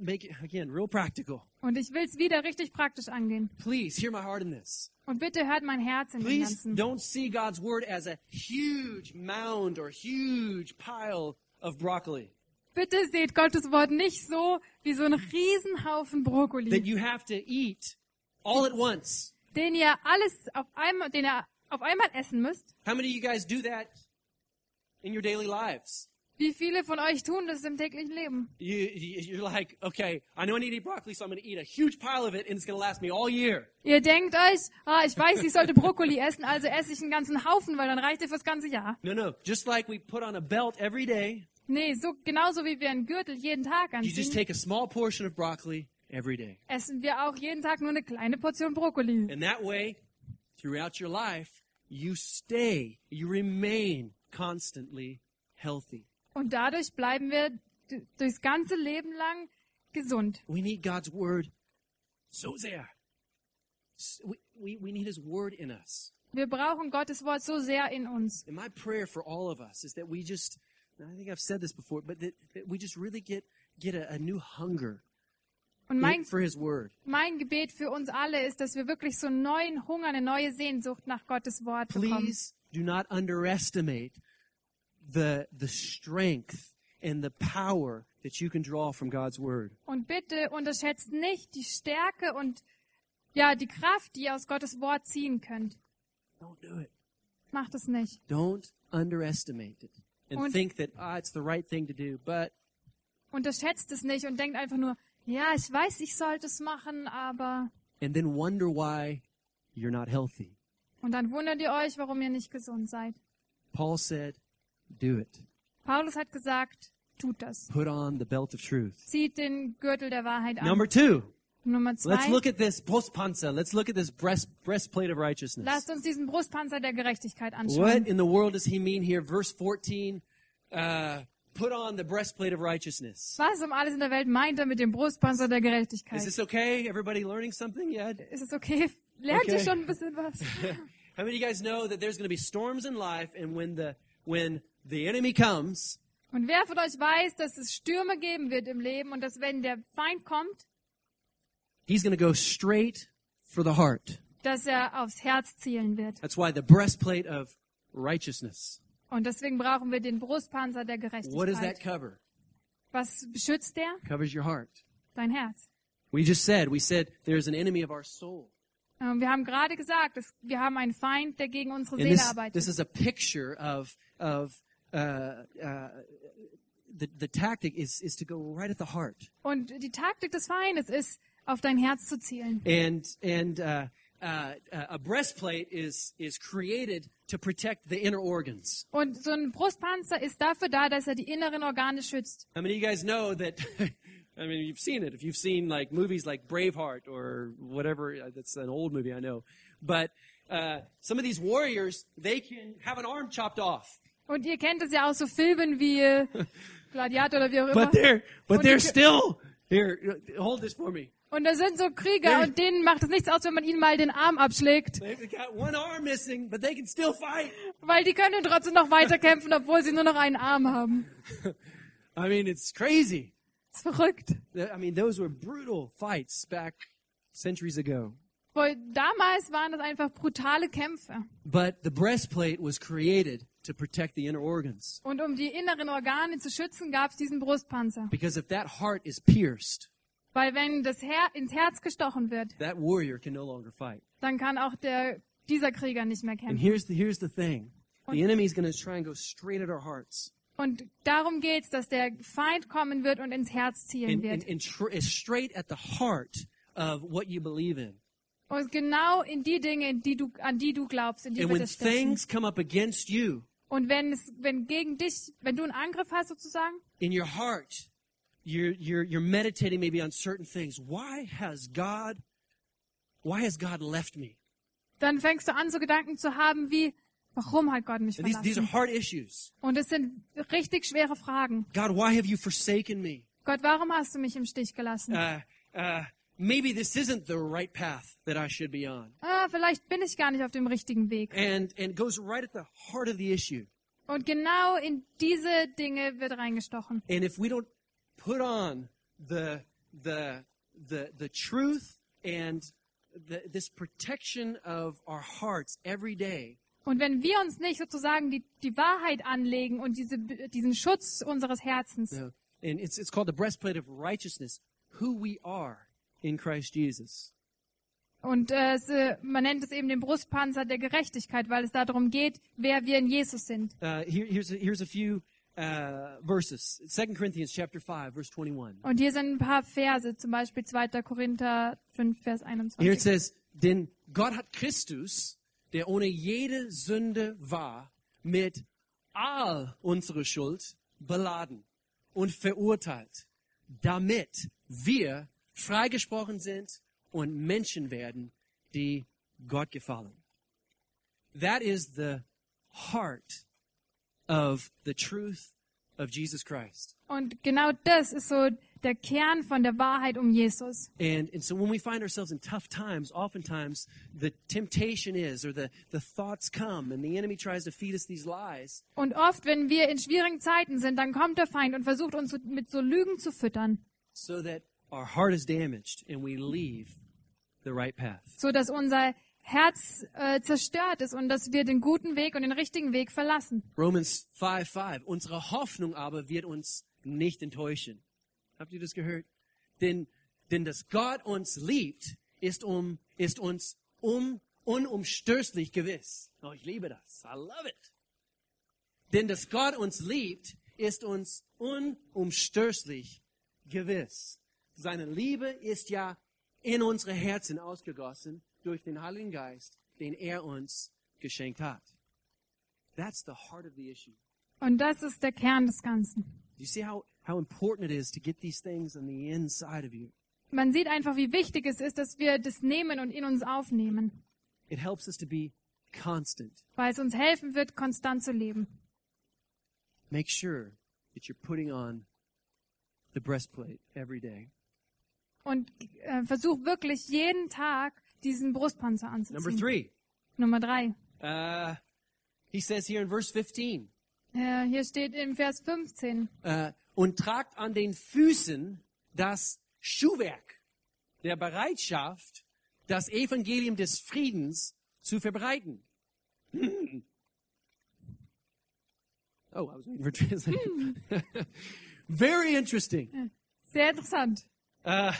Speaker 1: make it again real practical.
Speaker 2: Und ich will es wieder richtig praktisch angehen.
Speaker 1: Please hear my heart in this.
Speaker 2: Und bitte hört mein Herz in dem
Speaker 1: Please
Speaker 2: Ganzen.
Speaker 1: don't see God's word as a huge mound or huge pile of broccoli
Speaker 2: Bitte seht Gottes Wort nicht so wie so ein Riesenhaufen
Speaker 1: that
Speaker 2: Brokkoli,
Speaker 1: you have to eat all at once.
Speaker 2: den ihr alles auf einmal, den ihr auf einmal essen müsst.
Speaker 1: How many of you guys do that in your daily lives?
Speaker 2: Wie viele von euch tun das im täglichen Leben?
Speaker 1: You, you- you're like, okay, I know I need to eat broccoli, so I'm going to eat a huge pile of it, and it's going to last me all year.
Speaker 2: Ihr denkt euch, ah, ich weiß, ich sollte Brokkoli essen, also esse ich einen ganzen Haufen, weil dann reicht er fürs ganze Jahr.
Speaker 1: No, no. Just like we put on a belt every day,
Speaker 2: Nee, so genauso wie wir einen Gürtel jeden Tag
Speaker 1: you just
Speaker 2: anziehen,
Speaker 1: take a small portion of broccoli every day.
Speaker 2: essen wir auch jeden Tag nur eine kleine Portion Brokkoli.
Speaker 1: And that way, throughout your life, you stay, you remain constantly healthy.
Speaker 2: Und dadurch bleiben wir d- durchs ganze Leben lang gesund.
Speaker 1: We need God's word so there. S- We, we, we need his word in us.
Speaker 2: Wir brauchen Gottes Wort so sehr in uns.
Speaker 1: And my prayer for all of us is that we just, and I think I've said this before, but that, that we just really get, get a, a new hunger
Speaker 2: Und mein,
Speaker 1: for his word.
Speaker 2: mein Gebet für uns alle ist, dass wir wirklich so einen neuen Hunger, eine neue Sehnsucht nach Gottes Wort bekommen.
Speaker 1: Please do not underestimate the, the strength and the power that you can draw from God's word.
Speaker 2: Und bitte unterschätzt nicht die Stärke und ja, die Kraft, die ihr aus Gottes Wort ziehen könnt.
Speaker 1: Don't do it.
Speaker 2: Macht es nicht.
Speaker 1: Don't underestimate it and
Speaker 2: Und-
Speaker 1: think that ah, it's the right thing to do, but
Speaker 2: Unterschätzt es nicht und denkt einfach nur, ja, ich weiß, ich sollte es machen, aber
Speaker 1: and then wonder why you're not healthy.
Speaker 2: und dann wundert ihr euch, warum ihr nicht gesund seid.
Speaker 1: Paul said, "Do it.
Speaker 2: Paulus hat gesagt, tut das.
Speaker 1: Put on the belt of truth."
Speaker 2: Zieht den Gürtel der Wahrheit an.
Speaker 1: Number two.
Speaker 2: Nummer
Speaker 1: Let's
Speaker 2: zwei.
Speaker 1: look at this postpanzer. Let's look at this breast breastplate of righteousness.
Speaker 2: Lasst uns diesen Brustpanzer der Gerechtigkeit anschauen.
Speaker 1: What in the world does he mean here? Verse fourteen. Uh, put on the breastplate of righteousness.
Speaker 2: Was um alles in der Welt meint er mit dem Brustpanzer der Gerechtigkeit?
Speaker 1: Is this okay? Everybody learning something yet?
Speaker 2: Ist es okay? Lernt ihr
Speaker 1: Okay.
Speaker 2: schon ein bisschen was?
Speaker 1: How many of you guys know that there's going to be storms in life, and when the when the enemy comes,
Speaker 2: Und wer von euch weiß, dass es Stürme geben wird im Leben und dass wenn der Feind kommt,
Speaker 1: He's going to go straight for the heart.
Speaker 2: dass er aufs Herz zielen wird.
Speaker 1: That's why the breastplate of righteousness.
Speaker 2: Und deswegen brauchen wir den Brustpanzer der
Speaker 1: What does that
Speaker 2: Gerechtigkeit.
Speaker 1: cover?
Speaker 2: Was beschützt der?
Speaker 1: Covers your heart.
Speaker 2: Dein Herz.
Speaker 1: We just said, we said there's an enemy of our soul.
Speaker 2: Ähm, Wir haben gerade gesagt, dass wir haben einen Feind, der gegen unsere
Speaker 1: And
Speaker 2: Seele
Speaker 1: this,
Speaker 2: arbeitet.
Speaker 1: this is a picture of, of uh, uh, the, the tactic is, is to go right at the heart.
Speaker 2: Und die Taktik des Feindes ist, auf dein Herz zu zielen.
Speaker 1: And, and uh, uh, a breastplate is, is created to protect the inner organs.
Speaker 2: Und so ein Brustpanzer ist dafür da, dass er die inneren Organe schützt.
Speaker 1: How many of you guys know that? I mean, you've seen it. If you've seen like movies like Braveheart or whatever, uh, that's an old movie, I know. But uh, some of these warriors, they can have an arm chopped off,
Speaker 2: Und ihr kennt es ja aus so Filmen wie äh, Gladiator oder wie auch immer.
Speaker 1: but they're but
Speaker 2: Und
Speaker 1: they're
Speaker 2: die-
Speaker 1: still here. uh, Hold this for me.
Speaker 2: Und da sind so Krieger
Speaker 1: Nee.
Speaker 2: und denen macht es nichts aus, wenn man ihnen mal den Arm abschlägt,
Speaker 1: They've got one arm missing, but they can still fight.
Speaker 2: weil die können trotzdem noch weiterkämpfen, obwohl sie nur noch einen Arm haben.
Speaker 1: I mean, it's crazy.
Speaker 2: Ist verrückt.
Speaker 1: Th- I mean, those were brutal fights back centuries ago.
Speaker 2: Weil damals waren das einfach brutale Kämpfe.
Speaker 1: But the breastplate was created to protect the inner organs
Speaker 2: Und um die inneren Organe zu schützen, gab es diesen Brustpanzer.
Speaker 1: because if that heart is pierced,
Speaker 2: Weil wenn das Her ins Herz gestochen wird,
Speaker 1: that warrior can no longer fight.
Speaker 2: dann kann auch der, dieser Krieger nicht mehr
Speaker 1: And
Speaker 2: kämpfen.
Speaker 1: here's the here's the thing. The enemy's going to try and go straight at our hearts
Speaker 2: Und darum geht's, dass der Feind kommen wird und ins Herz zielen
Speaker 1: and, and,
Speaker 2: wird.
Speaker 1: and tr- is straight at the heart of what you believe in.
Speaker 2: Und genau in die Dinge, in die du, an die du glaubst, in die
Speaker 1: And
Speaker 2: wird
Speaker 1: when
Speaker 2: es stechen.
Speaker 1: things come up against you
Speaker 2: Und wenn es, wenn gegen dich, wenn du einen Angriff hast sozusagen,
Speaker 1: in your heart, you're you're you're meditating maybe on certain things. Why has God why has God left me?
Speaker 2: dann fängst du an, so Gedanken zu haben wie, warum hat Gott mich
Speaker 1: And these these are
Speaker 2: verlassen?
Speaker 1: heart issues.
Speaker 2: Und es sind richtig schwere Fragen.
Speaker 1: God, why have you forsaken me?
Speaker 2: Gott, warum hast du mich im Stich gelassen?
Speaker 1: Uh, uh, maybe this isn't the right path that I should be on.
Speaker 2: Ah, vielleicht bin ich gar nicht auf dem richtigen Weg.
Speaker 1: And and goes right at the heart of the issue.
Speaker 2: Und genau in diese Dinge wird reingestochen.
Speaker 1: And if we don't put on the the the the truth and the, this protection of our hearts every day,
Speaker 2: Und wenn wir uns nicht sozusagen die, die Wahrheit anlegen und diese, diesen Schutz unseres Herzens,
Speaker 1: uh, and it's it's called the breastplate of righteousness, who we are in Christ Jesus.
Speaker 2: Und äh, es, äh, man nennt es eben den Brustpanzer der Gerechtigkeit, weil es darum geht, wer wir in Jesus sind.
Speaker 1: Uh, here, here's, a, here's a few uh, verses. 2 Corinthians chapter 5, verse 21.
Speaker 2: Und hier sind ein paar Verse, zum Beispiel 2. Korinther 5, Vers
Speaker 1: Here it
Speaker 2: 21.
Speaker 1: says, denn Gott hat Christus, der ohne jede Sünde war, mit all unsere Schuld beladen und verurteilt, damit wir freigesprochen sind und Menschen werden, die Gott gefallen. That is the heart of the truth of Jesus Christ.
Speaker 2: Und genau das ist so der Kern von der Wahrheit um Jesus.
Speaker 1: And, and so when we find ourselves in tough times, oftentimes the temptation is, or the, the thoughts come, and the enemy tries to feed us these lies.
Speaker 2: Und oft, wenn wir in schwierigen Zeiten sind, dann kommt der Feind und versucht uns so- mit so Lügen zu füttern,
Speaker 1: so that our heart is damaged and we leave the right path.
Speaker 2: so dass unser Herz äh, zerstört ist und dass wir den guten Weg und den richtigen Weg verlassen.
Speaker 1: Romans 5, 5. Unsere Hoffnung aber wird uns nicht enttäuschen. Habt ihr das gehört? Denn, denn dass Gott uns liebt, ist, um, ist uns um, unumstößlich gewiss. Oh, ich liebe das. I love it. Denn dass Gott uns liebt, ist uns unumstößlich gewiss. Seine Liebe ist ja in unsere Herzen ausgegossen durch den Heiligen Geist, den er uns geschenkt hat. That's the heart of the issue.
Speaker 2: Und das ist der Kern des Ganzen.
Speaker 1: Do you see how, how important it is to get these things on the inside of you?
Speaker 2: Man sieht einfach, wie wichtig es ist, dass wir das nehmen und in uns aufnehmen,
Speaker 1: It helps us to be constant.
Speaker 2: weil es uns helfen wird, konstant zu leben.
Speaker 1: Make sure that you're putting on the breastplate every day.
Speaker 2: Und äh, versuch wirklich jeden Tag diesen Brustpanzer
Speaker 1: Number
Speaker 2: anzuziehen.
Speaker 1: three,
Speaker 2: Nummer drei.
Speaker 1: uh, he says here in verse 15,
Speaker 2: Äh, hier steht im Vers 15.
Speaker 1: äh, und tragt an den Füßen das Schuhwerk der Bereitschaft, das Evangelium des Friedens zu verbreiten. Hm. Oh, I was waiting for translation. Very interesting.
Speaker 2: Sehr interessant.
Speaker 1: Uh,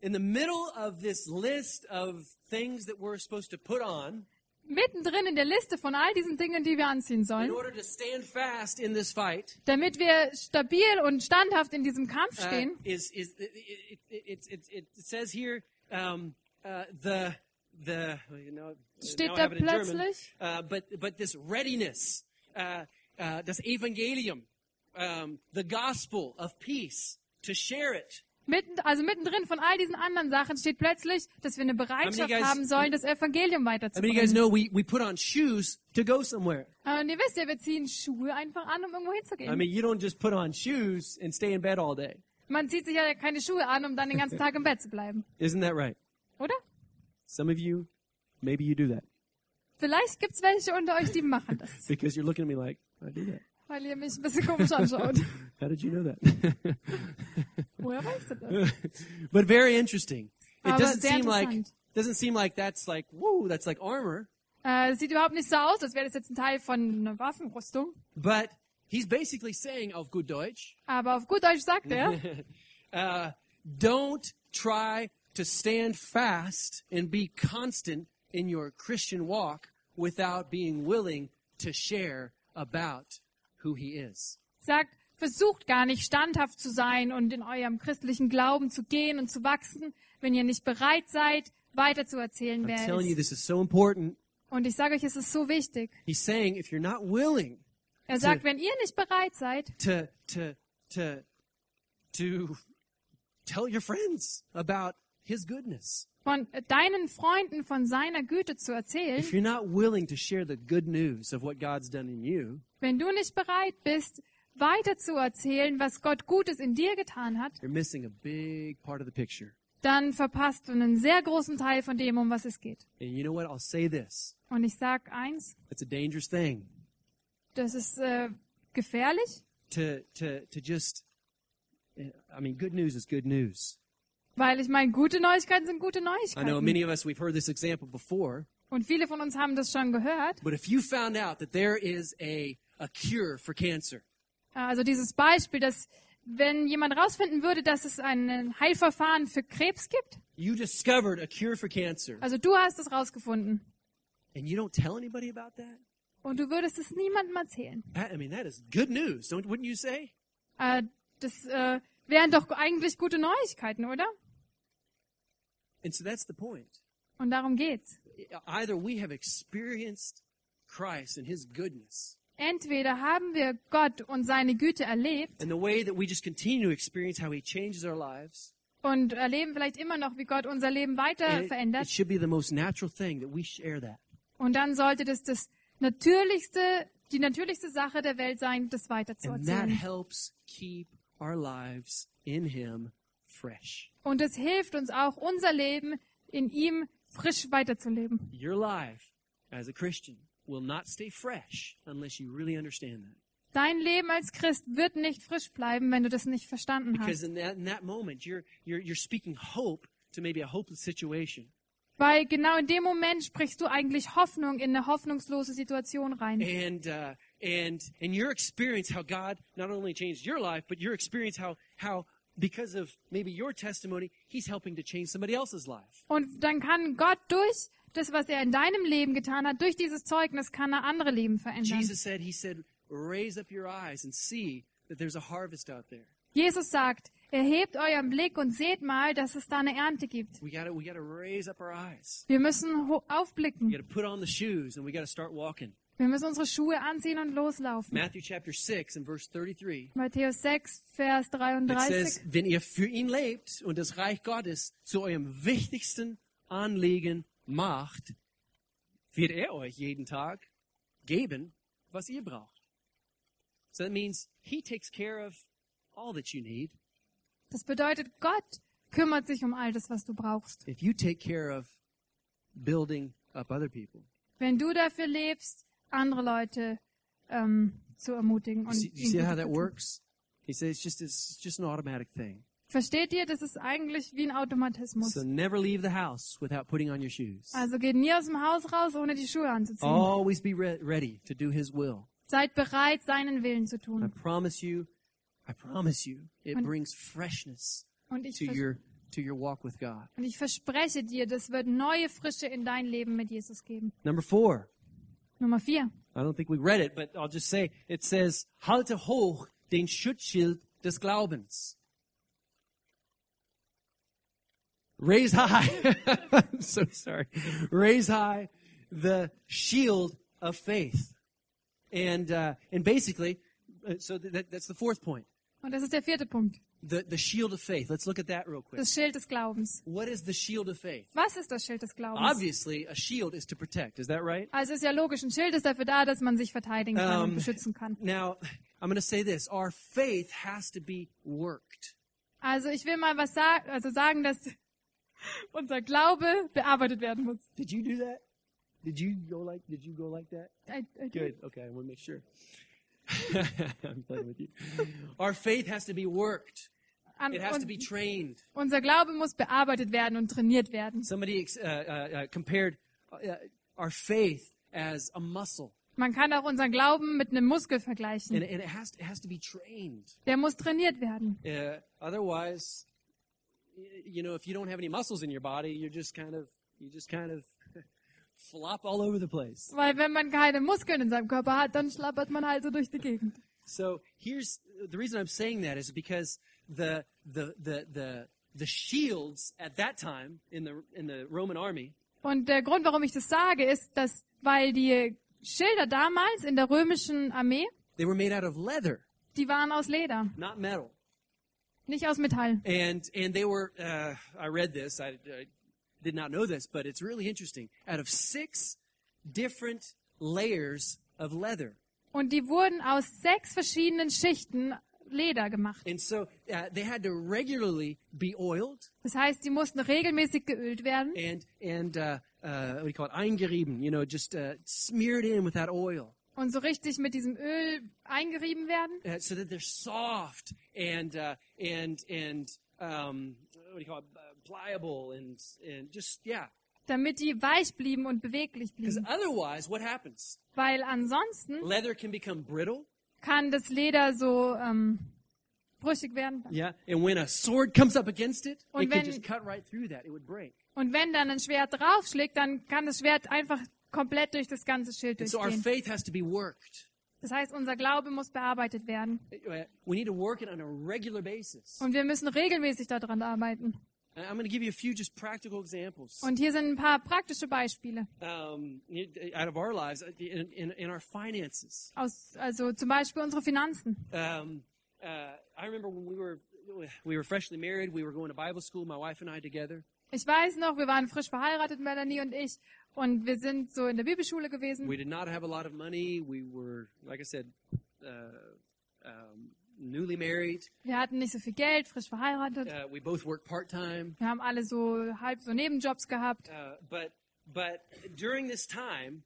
Speaker 1: in the middle of this list of things that we're supposed to put on
Speaker 2: Mittendrin in der Liste von all diesen Dingen, die wir anziehen
Speaker 1: in
Speaker 2: sollen,
Speaker 1: order to stand fast in this fight,
Speaker 2: damit wir stabil und standhaft in diesem Kampf
Speaker 1: uh,
Speaker 2: stehen,
Speaker 1: is is it it, it, it, it, it says here um, uh, the the well, you know
Speaker 2: Steht
Speaker 1: now I
Speaker 2: da
Speaker 1: have it in German,
Speaker 2: plötzlich?
Speaker 1: uh, but but this readiness uh, uh, das Evangelium um, the gospel of peace to share it
Speaker 2: mitten, also mittendrin von all diesen anderen Sachen steht plötzlich, dass wir eine Bereitschaft
Speaker 1: guys-
Speaker 2: haben sollen, das Evangelium
Speaker 1: I mean you guys
Speaker 2: weiterzubringen.
Speaker 1: know we we put on shoes to go somewhere
Speaker 2: Äh, Und ihr wisst ja, wir ziehen Schuhe einfach an, um irgendwo hinzugehen.
Speaker 1: I mean you don't just put on shoes and stay in bed all day
Speaker 2: Man zieht sich ja keine Schuhe an, um dann den ganzen Tag im Bett zu bleiben,
Speaker 1: isn't that right
Speaker 2: oder?
Speaker 1: some of you maybe you do that
Speaker 2: Vielleicht gibt's welche unter euch, die machen das,
Speaker 1: because you're looking at me like I do that
Speaker 2: weil ihr mich ein bisschen komisch anschaut.
Speaker 1: how did you know that
Speaker 2: Woher weißt du das?
Speaker 1: but very interesting. It
Speaker 2: Aber
Speaker 1: doesn't
Speaker 2: sehr
Speaker 1: seem like
Speaker 2: interessant.
Speaker 1: doesn't seem like that's like whoa, that's like armor.
Speaker 2: Äh, es sieht überhaupt nicht so aus, als wäre das jetzt ein Teil von einer Waffenrüstung.
Speaker 1: But he's basically saying auf gut Deutsch,
Speaker 2: Aber auf gut Deutsch sagt er,
Speaker 1: uh, don't try to stand fast and be constant in your Christian walk without being willing to share about who he is.
Speaker 2: sagt, versucht gar nicht standhaft zu sein und in eurem christlichen Glauben zu gehen und zu wachsen, wenn ihr nicht bereit seid, weiter zu erzählen,
Speaker 1: I'm
Speaker 2: wer er
Speaker 1: telling you,
Speaker 2: ist.
Speaker 1: this is so important.
Speaker 2: Und ich sage euch, es ist so wichtig.
Speaker 1: He's saying if you're not willing
Speaker 2: Er sagt, wenn ihr nicht bereit seid,
Speaker 1: to to to to tell your friends about his goodness.
Speaker 2: von deinen Freunden von seiner Güte zu erzählen,
Speaker 1: If you're not willing to share the good news of what God's done in you,
Speaker 2: wenn du nicht bereit bist, weiter zu erzählen, was Gott Gutes in dir getan hat,
Speaker 1: you're missing a big part of the picture.
Speaker 2: dann verpasst du einen sehr großen Teil von dem, um was es geht.
Speaker 1: And you know what? I'll say this.
Speaker 2: Und ich sag eins,
Speaker 1: It's a dangerous thing
Speaker 2: das ist äh, gefährlich,
Speaker 1: to to to just I mean, good news is good news.
Speaker 2: weil ich meine, gute Neuigkeiten sind gute
Speaker 1: I know many
Speaker 2: Neuigkeiten.
Speaker 1: of us we've heard this example before,
Speaker 2: Und viele von uns haben das schon gehört.
Speaker 1: but if you found out that there is a a cure for cancer,
Speaker 2: Also dieses Beispiel, dass Wenn jemand rausfinden würde, dass es ein Heilverfahren für Krebs gibt,
Speaker 1: You discovered a cure for cancer,
Speaker 2: also du hast es rausgefunden
Speaker 1: and you don't tell anybody about that?
Speaker 2: und du würdest es niemandem erzählen,
Speaker 1: That- I mean, that is good news, don't, wouldn't you say?
Speaker 2: äh, das äh, wären doch eigentlich gute Neuigkeiten, oder?
Speaker 1: And so that's the point.
Speaker 2: Und darum geht's.
Speaker 1: Either we have experienced Christ and his goodness,
Speaker 2: Entweder haben wir Gott und seine Güte erlebt
Speaker 1: and the way that we just continue to experience how he changes our lives,
Speaker 2: und erleben vielleicht immer noch, wie Gott unser Leben weiter
Speaker 1: and it, it
Speaker 2: verändert.
Speaker 1: should be the most natural thing that we share that.
Speaker 2: Und dann sollte das das natürlichste, die natürlichste Sache der Welt sein, das weiter zu
Speaker 1: And that
Speaker 2: erzählen.
Speaker 1: helps keep our lives in him fresh.
Speaker 2: Und es hilft uns auch, unser Leben in ihm frisch weiterzuleben.
Speaker 1: Your life as a Christian will not stay fresh unless you really understand that.
Speaker 2: Dein Leben als Christ wird nicht frisch bleiben, wenn du das nicht verstanden hast.
Speaker 1: Because in that, in that moment, you're, you're, you're speaking hope to maybe a hopeless situation.
Speaker 2: Weil genau in dem Moment sprichst du eigentlich Hoffnung in eine hoffnungslose Situation rein.
Speaker 1: And, uh, and, and your experience, how God not only changed your life, but your experience, how, how because of maybe your testimony, He's helping to change somebody else's life.
Speaker 2: Und dann kann Gott durch das, was er in deinem Leben getan hat, durch dieses Zeugnis, kann er andere Leben verändern.
Speaker 1: Jesus said, He said, raise up your eyes and see that there's a harvest out there.
Speaker 2: Jesus sagt, erhebt euren Blick und seht mal, dass es da eine Ernte gibt.
Speaker 1: We gotta, we gotta raise up our eyes.
Speaker 2: Wir müssen ho-
Speaker 1: We
Speaker 2: aufblicken.
Speaker 1: gotta put on the shoes and we gotta start walking.
Speaker 2: Wir müssen unsere Schuhe anziehen und loslaufen.
Speaker 1: Matthew chapter 6 and verse 33.
Speaker 2: Matthäus 6, Vers
Speaker 1: It
Speaker 2: 33.
Speaker 1: says, wenn ihr für ihn lebt und das Reich Gottes zu eurem wichtigsten Anliegen macht, wird er euch jeden Tag geben, was ihr braucht. So that means he takes care of all that you need.
Speaker 2: Das bedeutet, Gott kümmert sich um all das, was du brauchst.
Speaker 1: If you take care of building up other people.
Speaker 2: Wenn du dafür lebst, andere Leute ähm, zu ermutigen.
Speaker 1: You
Speaker 2: Und
Speaker 1: see, you see
Speaker 2: ihnen
Speaker 1: how
Speaker 2: Gutes
Speaker 1: that
Speaker 2: zu tun.
Speaker 1: works? He says it's just, it's just an automatic thing.
Speaker 2: Versteht ihr? Das ist eigentlich wie ein
Speaker 1: So
Speaker 2: Automatismus.
Speaker 1: never leave the house without putting on your shoes.
Speaker 2: Also geht nie aus dem Haus raus, ohne die Schuhe anzuziehen.
Speaker 1: Always be re- ready to do his will.
Speaker 2: Seid bereit, seinen Willen zu
Speaker 1: I
Speaker 2: tun.
Speaker 1: promise you, I promise you, it
Speaker 2: Und-
Speaker 1: brings freshness
Speaker 2: Und ich
Speaker 1: to
Speaker 2: vers-
Speaker 1: your to your walk with God.
Speaker 2: Und ich verspreche dir, das wird neue Frische in dein Leben mit Jesus geben.
Speaker 1: Number four,
Speaker 2: Nummer vier.
Speaker 1: I don't think we read it, but I'll just say it says, "Halte hoch den Schutzschild des Glaubens." Raise high. I'm so sorry. Raise high the shield of faith, and uh, and basically, uh, so th- that, that's the fourth point.
Speaker 2: Und das ist der vierte Punkt.
Speaker 1: The the shield of faith. Let's look at that real quick.
Speaker 2: Das Schild des Glaubens.
Speaker 1: What is the shield of faith?
Speaker 2: Was ist das Schild des
Speaker 1: Ah,
Speaker 2: Glaubens?
Speaker 1: Obviously, a shield is to protect. Is that right?
Speaker 2: Also ist ja logisch, ein Schild ist dafür da, dass man sich verteidigen kann
Speaker 1: Ähm,
Speaker 2: und beschützen kann.
Speaker 1: Now, I'm going to say this. Our faith has to be worked.
Speaker 2: Also ich will mal was sagen, also sagen, dass unser Glaube bearbeitet werden muss.
Speaker 1: Did you do that? Did you go like, did you go like that?
Speaker 2: I- I-
Speaker 1: Good. Okay. I want to make sure. I'm playing with you. Our faith has to be worked.
Speaker 2: An,
Speaker 1: It has to be
Speaker 2: un,
Speaker 1: trained.
Speaker 2: unser Glaube muss bearbeitet werden und trainiert werden.
Speaker 1: Somebody ex- uh, uh, uh, compared uh, our faith as a muscle
Speaker 2: Man kann auch unseren Glauben mit einem Muskel
Speaker 1: and,
Speaker 2: vergleichen.
Speaker 1: and it has, it has to be trained.
Speaker 2: Der muss trainiert werden.
Speaker 1: Uh, otherwise, y- you know, if you don't have any muscles in your body, you're just kind of, you just kind of flop all over the place.
Speaker 2: Weil wenn man keine Muskeln in seinem Körper hat, dann schlappert man halt so durch die Gegend.
Speaker 1: So here's the reason I'm saying that is because the the the the the shields at that time in the in the Roman army
Speaker 2: Und der Grund, warum ich das sage, ist, dass, weil die Schilder damals in der römischen Armee,
Speaker 1: they were made out of leather,
Speaker 2: die waren aus Leder,
Speaker 1: not metal,
Speaker 2: nicht aus Metall.
Speaker 1: and and they were. Uh, I read this. I, I did not know this, but it's really interesting. Out of six different layers of leather,
Speaker 2: Und die wurden aus sechs verschiedenen Schichten Leder gemacht.
Speaker 1: And so uh, they had to regularly be oiled
Speaker 2: Das heißt, die mussten regelmäßig geölt werden
Speaker 1: and and uh, uh, what do you call it? Eingerieben, you know, just uh, smeared in with that oil,
Speaker 2: und so richtig mit diesem Öl eingerieben werden.
Speaker 1: uh, so that they're soft and uh, and and um, what do you call it? Uh, pliable and and just yeah.
Speaker 2: damit die weich blieben und beweglich
Speaker 1: Because
Speaker 2: blieben.
Speaker 1: otherwise, what happens?
Speaker 2: Weil ansonsten
Speaker 1: Leather can become brittle.
Speaker 2: kann das Leder so ähm, brüchig werden.
Speaker 1: Yeah. And when a sword comes up against it,
Speaker 2: Und
Speaker 1: it can
Speaker 2: wenn-
Speaker 1: just cut right through that. It would break.
Speaker 2: Und wenn dann ein Schwert draufschlägt, dann kann das Schwert einfach komplett durch das ganze Schild
Speaker 1: And so our
Speaker 2: durchgehen.
Speaker 1: faith has to be worked.
Speaker 2: Das heißt, unser Glaube muss bearbeitet werden.
Speaker 1: Uh, We need to work it on a regular basis.
Speaker 2: Und wir müssen regelmäßig daran arbeiten.
Speaker 1: And I'm going to give you a few just practical examples
Speaker 2: Und hier sind ein paar praktische Beispiele.
Speaker 1: um, you- out of our lives, uh, in, in, in our finances.
Speaker 2: Aus, also zum Beispiel unsere Finanzen.
Speaker 1: Um, uh, I remember when we were we were freshly married. We were going to Bible school, my wife and I together.
Speaker 2: Ich weiß noch, wir waren frisch verheiratet, Melanie und ich. Und wir sind so in der Bibelschule gewesen.
Speaker 1: We did not have a lot of money. We were, like I said, uh, um, newly married.
Speaker 2: Wir hatten nicht so viel Geld, frisch verheiratet.
Speaker 1: Uh, we both worked part time.
Speaker 2: Wir haben alle so halb so Nebenjobs gehabt.
Speaker 1: Uh, but but during this time,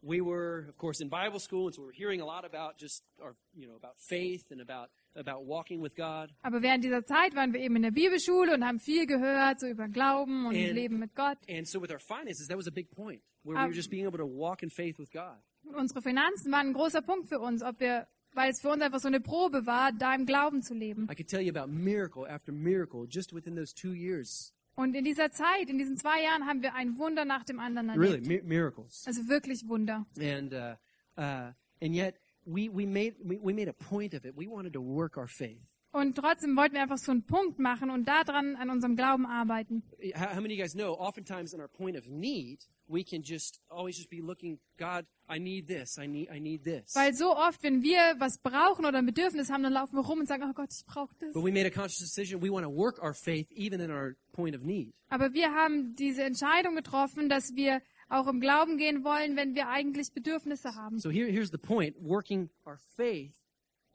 Speaker 1: we were, of course, in Bible school, and so we were hearing a lot about just our, you know, about faith and about about walking with God.
Speaker 2: Aber während dieser Zeit waren wir eben in der Bibelschule und haben viel gehört, so über Glauben und
Speaker 1: And-
Speaker 2: Leben mit Gott.
Speaker 1: And so with our finances, that was a big point where we
Speaker 2: Um,
Speaker 1: were just being able to walk in faith with God.
Speaker 2: Und unsere Finanzen waren ein großer Punkt für uns, ob wir, weil es für uns einfach so eine Probe war, da im Glauben zu leben.
Speaker 1: I could tell you about miracle after miracle just within those two years.
Speaker 2: Und in dieser Zeit, in diesen zwei Jahren, haben wir ein Wunder nach dem anderen erlebt.
Speaker 1: Really, mi- miracles.
Speaker 2: Also wirklich Wunder.
Speaker 1: And uh, uh, and yet we we made we, we made a point of it. We wanted to work our faith.
Speaker 2: Und trotzdem wollten wir einfach so einen Punkt machen und daran an unserem Glauben arbeiten.
Speaker 1: How, how many of you guys know? Oftentimes in our point of need, we can just always just be looking. God, I need this. I need I need this.
Speaker 2: Weil so oft, wenn wir was brauchen oder ein Bedürfnis haben, dann laufen wir rum und sagen, oh Gott, ich brauche das.
Speaker 1: But we made a conscious decision. We want to work our faith even in our point of need.
Speaker 2: Aber wir haben diese Entscheidung getroffen, dass wir auch im Glauben gehen wollen, wenn wir eigentlich Bedürfnisse haben.
Speaker 1: So here, here's the point: working our faith,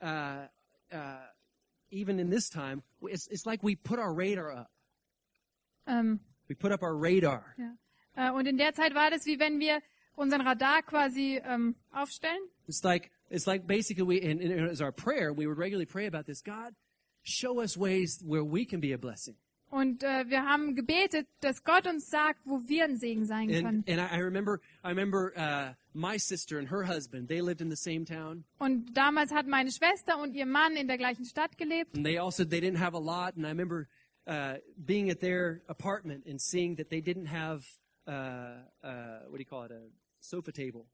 Speaker 1: uh, uh, even in this time, it's, it's like we put our radar up.
Speaker 2: Ähm,
Speaker 1: We put up our radar.
Speaker 2: ja. äh, und in der Zeit war das, wie wenn wir unseren Radar quasi ähm, aufstellen.
Speaker 1: It's like it's like basically we, and, and it was our prayer. We would regularly pray about this. God, show us ways where we can be a blessing.
Speaker 2: Und äh, wir haben gebetet, dass Gott uns sagt, wo wir ein Segen sein
Speaker 1: And
Speaker 2: können.
Speaker 1: and I I remember I remember uh, my sister and her husband. They lived in the same town,
Speaker 2: Und damals hat meine Schwester und ihr Mann in der gleichen Stadt gelebt.
Speaker 1: and they also they didn't have a lot. And I remember uh, being at their apartment and seeing that they didn't have uh, uh, what do you call it a sofa table.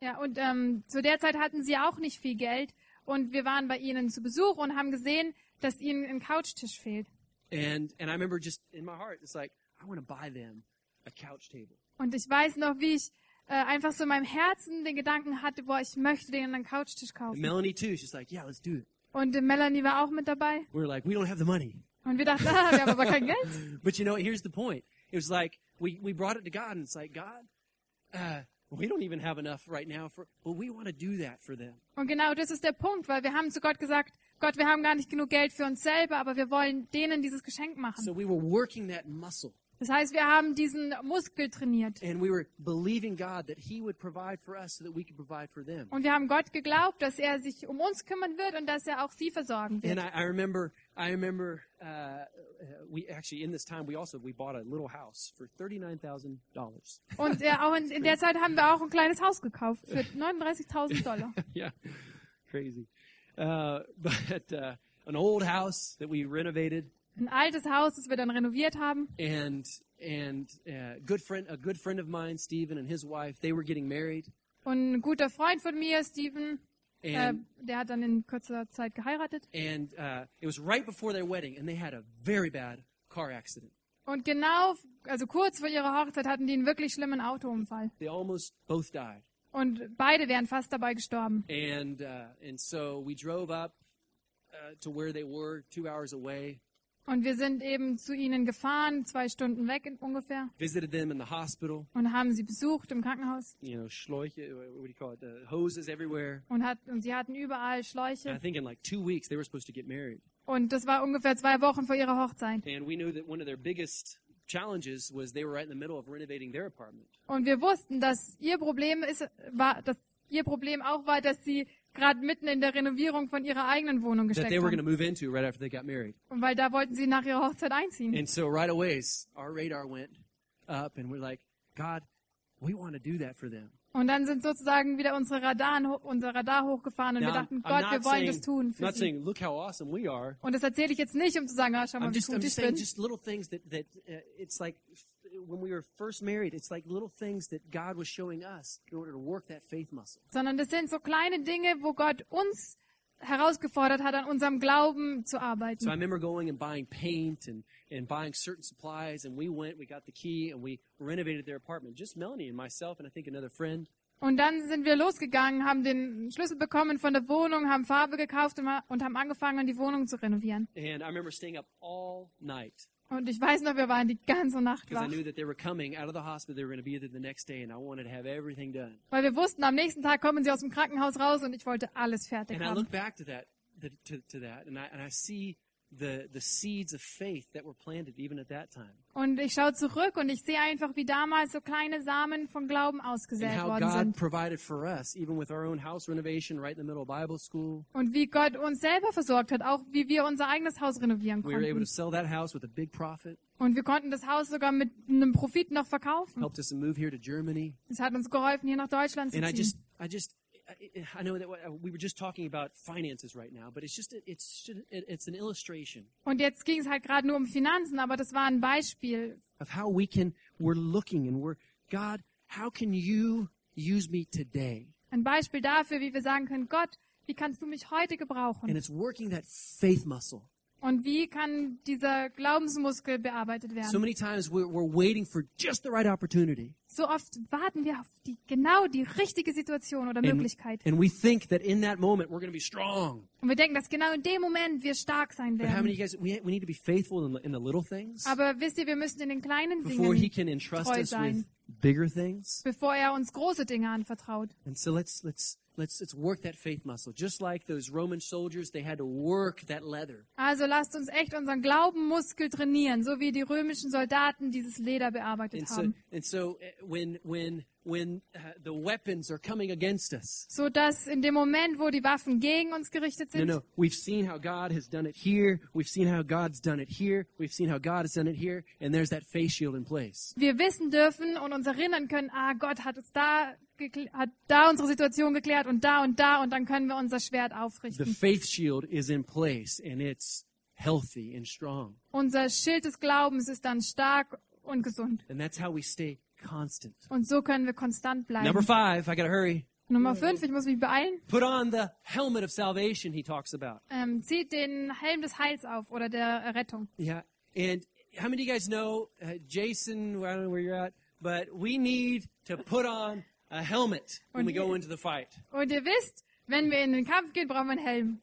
Speaker 2: Ja, und ähm, zu der Zeit hatten sie auch nicht viel Geld. Und wir waren bei ihnen zu Besuch und haben gesehen, dass ihnen ein Couchtisch fehlt.
Speaker 1: And and I remember just in my heart, it's like I want to buy them a couch table.
Speaker 2: Und ich weiß noch, wie ich äh, einfach so in meinem Herzen den Gedanken hatte, boah, ich möchte denen einen Couchtisch
Speaker 1: And
Speaker 2: kaufen.
Speaker 1: Melanie too. She's like, yeah, let's do it.
Speaker 2: Und äh, Melanie war auch mit dabei.
Speaker 1: We're like, we don't have the money.
Speaker 2: Und wir dachten, ah, wir haben aber kein Geld.
Speaker 1: But you know, here's the point. It was like we, we brought it to God, and it's like, God, uh, we don't even have enough right now for, but we want to do that for them.
Speaker 2: Und genau das ist der Punkt, weil wir haben zu Gott gesagt, Gott, wir haben gar nicht genug Geld für uns selber, aber wir wollen denen dieses Geschenk
Speaker 1: So
Speaker 2: machen.
Speaker 1: we were working that muscle,
Speaker 2: Das heißt, wir haben diesen Muskel trainiert.
Speaker 1: and we were believing God that He would provide for us so that we could provide for them.
Speaker 2: Und wir haben Gott geglaubt, dass er sich um uns kümmern wird und dass er auch sie versorgen
Speaker 1: And
Speaker 2: wird.
Speaker 1: I, I remember, I remember, uh, uh, we actually in this time we also we bought a little house for thirty nine thousand dollars.
Speaker 2: Und äh, auch in, in der Zeit haben wir auch ein kleines Haus gekauft für 39.000 Dollar.
Speaker 1: yeah, crazy. Uh, but uh, an old house that we renovated,
Speaker 2: Ein altes Haus, das wir dann renoviert haben.
Speaker 1: and and uh, good friend a good friend of mine Stephen and his wife they were getting married
Speaker 2: Und ein guter Freund von mir, Steven, äh,
Speaker 1: and
Speaker 2: der hat dann in kurzer Zeit geheiratet.
Speaker 1: and uh, it was right before their wedding and they had a very bad car accident
Speaker 2: Und genau, also kurz vor ihrer Hochzeit hatten die einen wirklich schlimmen Autounfall.
Speaker 1: they almost both died
Speaker 2: Und beide wären fast dabei gestorben.
Speaker 1: and uh, and so we drove up uh, to where they were two hours away
Speaker 2: Und wir sind eben zu ihnen gefahren, zwei Stunden weg in- ungefähr,
Speaker 1: visited them in the hospital
Speaker 2: und haben sie besucht im Krankenhaus.
Speaker 1: you know schläuche what do you call it uh, hoses everywhere
Speaker 2: Und, hat, und sie hatten überall
Speaker 1: and I
Speaker 2: Schläuche.
Speaker 1: think in like two weeks they were supposed to get married
Speaker 2: Und das war ungefähr zwei Wochen vor ihrer Hochzeit.
Speaker 1: and we knew that one of their biggest challenges was they were right in the middle of renovating their apartment
Speaker 2: Und wir wussten, dass ihr Problem ist, war, dass ihr Problem auch war, dass sie gerade mitten in der Renovierung von ihrer eigenen Wohnung
Speaker 1: that
Speaker 2: gesteckt
Speaker 1: they were going to
Speaker 2: haben.
Speaker 1: move into right after they got married
Speaker 2: Und weil da wollten sie nach ihrer Hochzeit einziehen.
Speaker 1: And so right away, s- our radar went up, and we're like, God, we want to do that for them.
Speaker 2: Und dann sind sozusagen wieder unsere Radaren, ho- unser Radar hochgefahren und wir
Speaker 1: Now,
Speaker 2: dachten, Gott, wir wollen das tun für
Speaker 1: not
Speaker 2: sie.
Speaker 1: saying, look how awesome we are.
Speaker 2: Und das erzähle ich jetzt nicht, um zu sagen, ah, schau
Speaker 1: I'm
Speaker 2: mal, wie
Speaker 1: just, I'm
Speaker 2: gut ich
Speaker 1: just saying
Speaker 2: bin.
Speaker 1: just little things that, that uh, it's like f- when we were first married, it's like little things that God was showing us in order to work that faith muscle.
Speaker 2: Sondern das sind so kleine Dinge, wo Gott uns herausgefordert hat, an unserem Glauben
Speaker 1: So
Speaker 2: zu
Speaker 1: I
Speaker 2: arbeiten.
Speaker 1: remember going and buying paint and, and buying certain supplies, and we went, we got the key, and we renovated their apartment. Just Melanie and myself, and I think another friend.
Speaker 2: Und dann sind wir losgegangen, haben den Schlüssel bekommen von der Wohnung, haben Farbe gekauft und ha- und haben angefangen, die Wohnung zu renovieren.
Speaker 1: And I remember staying up all night
Speaker 2: Und ich weiß noch, wir waren die ganze Nacht
Speaker 1: because I
Speaker 2: wach,
Speaker 1: knew that they were coming out of the hospital. They were going to be there the next day, and I wanted to have everything done.
Speaker 2: weil wir wussten, am nächsten Tag kommen sie aus dem Krankenhaus raus und ich wollte alles fertig
Speaker 1: And I
Speaker 2: haben.
Speaker 1: look back to that, the, to, to that, and I and I see the the seeds of faith that were planted even at that time,
Speaker 2: Und ich schaue zurück und ich sehe einfach, wie damals so kleine Samen von Glauben
Speaker 1: and
Speaker 2: ausgesät
Speaker 1: how
Speaker 2: worden
Speaker 1: God
Speaker 2: sind.
Speaker 1: provided for us, even with our own house renovation, right in the middle of Bible school.
Speaker 2: Und wie Gott uns selber versorgt hat, auch wie wir unser eigenes Haus renovieren
Speaker 1: We were able to
Speaker 2: konnten.
Speaker 1: sell that house with a big profit.
Speaker 2: Und wir konnten das Haus sogar mit einem Profit noch verkaufen.
Speaker 1: Helped us to move here to Germany,
Speaker 2: Es hat uns geholfen, hier nach Deutschland zu
Speaker 1: and I just,
Speaker 2: ziehen.
Speaker 1: I just. I- I know that what- we were just talking about finances right now, but it's just it's just- it's an illustration
Speaker 2: Und jetzt ging es halt gerade nur um Finanzen, aber das war ein Beispiel.
Speaker 1: of how we can we're looking and we're God. How can you use me today?
Speaker 2: Ein Beispiel dafür, wie wir sagen können, Gott, wie kannst du mich heute
Speaker 1: And
Speaker 2: gebrauchen?
Speaker 1: it's working that faith muscle.
Speaker 2: Und wie kann dieser Glaubensmuskel bearbeitet
Speaker 1: So
Speaker 2: werden?
Speaker 1: many times we're, we're waiting for just the right opportunity.
Speaker 2: So oft warten wir auf die, genau die richtige Situation oder
Speaker 1: And,
Speaker 2: Möglichkeit.
Speaker 1: and we think that in that moment we're going to be strong.
Speaker 2: Und wir denken, dass genau in dem Moment wir stark sein
Speaker 1: But how many
Speaker 2: werden.
Speaker 1: of you guys, we, we need to be faithful in the, in the little things
Speaker 2: Aber wisst ihr, wir müssen in den kleinen
Speaker 1: before He
Speaker 2: Dingen,
Speaker 1: can entrust
Speaker 2: treu
Speaker 1: us with
Speaker 2: sein.
Speaker 1: bigger things.
Speaker 2: bevor er uns große Dinge anvertraut.
Speaker 1: And so let's, let's, let's, let's work that faith muscle. Just like those Roman soldiers, they had to work that leather.
Speaker 2: Also lasst uns echt unseren Glaubenmuskel trainieren, so wie die römischen Soldaten dieses Leder
Speaker 1: And
Speaker 2: bearbeitet
Speaker 1: so,
Speaker 2: haben.
Speaker 1: and so uh, when, when, when uh, the weapons are coming against us,
Speaker 2: So dass in dem Moment, wo die Waffen gegen uns gerichtet
Speaker 1: No,
Speaker 2: sind,
Speaker 1: no. We've seen how God has done it here. We've seen how God's done it here. We've seen how God has done it here. And there's that face shield in place.
Speaker 2: wir wissen dürfen und uns erinnern können, ah, Gott hat uns da, gekl- hat da unsere Situation geklärt und da und da und dann können wir unser Schwert
Speaker 1: The
Speaker 2: aufrichten.
Speaker 1: faith shield is in place and it's healthy and strong.
Speaker 2: Unser Schild des Glaubens ist dann stark und gesund.
Speaker 1: And that's how we stay constant.
Speaker 2: Und so können wir konstant bleiben.
Speaker 1: Number five, I gotta hurry.
Speaker 2: Nummer fünf, ich muss mich beeilen.
Speaker 1: Put on the helmet of salvation he talks about.
Speaker 2: Ähm, zieht den Helm des Heils auf oder der Rettung.
Speaker 1: Yeah. And how many of you guys know, uh, Jason, I don't know where you're at, but we need to put on a helmet when we go into the fight.
Speaker 2: Und ihr wisst, wenn wir in den Kampf gehen, brauchen wir einen Helm.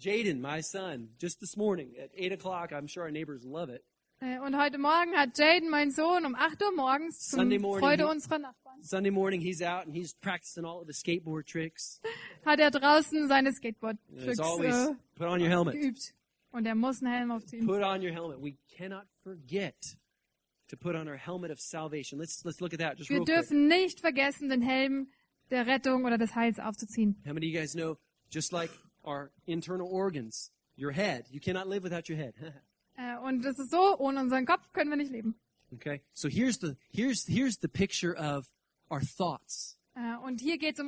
Speaker 1: Jaden, my son, just this morning at 8 o'clock, I'm sure our neighbors love it.
Speaker 2: Äh, Und heute Morgen hat Jaden, mein Sohn, um 8 Uhr morgens zum
Speaker 1: Sunday morning.
Speaker 2: Freude unserer Nachbarn,
Speaker 1: Sunday morning, he's out and he's practicing all of the skateboard tricks.
Speaker 2: hat er draußen
Speaker 1: And
Speaker 2: seine
Speaker 1: It's
Speaker 2: Skateboard-Tricks
Speaker 1: always
Speaker 2: äh,
Speaker 1: put on your helmet.
Speaker 2: geübt. Und er muss einen Helm aufziehen.
Speaker 1: Put on your helmet. We cannot forget to put on our helmet of salvation. Let's let's look at that just
Speaker 2: Wir
Speaker 1: real quick.
Speaker 2: dürfen nicht vergessen, den Helm der Rettung oder des Heils aufzuziehen.
Speaker 1: How many of you guys know? Just like our internal organs, your head. You cannot live without your head.
Speaker 2: Äh, Und das ist so, ohne unseren Kopf können wir nicht leben.
Speaker 1: okay. So here's the here's here's the picture of our thoughts.
Speaker 2: Äh, Und hier geht es um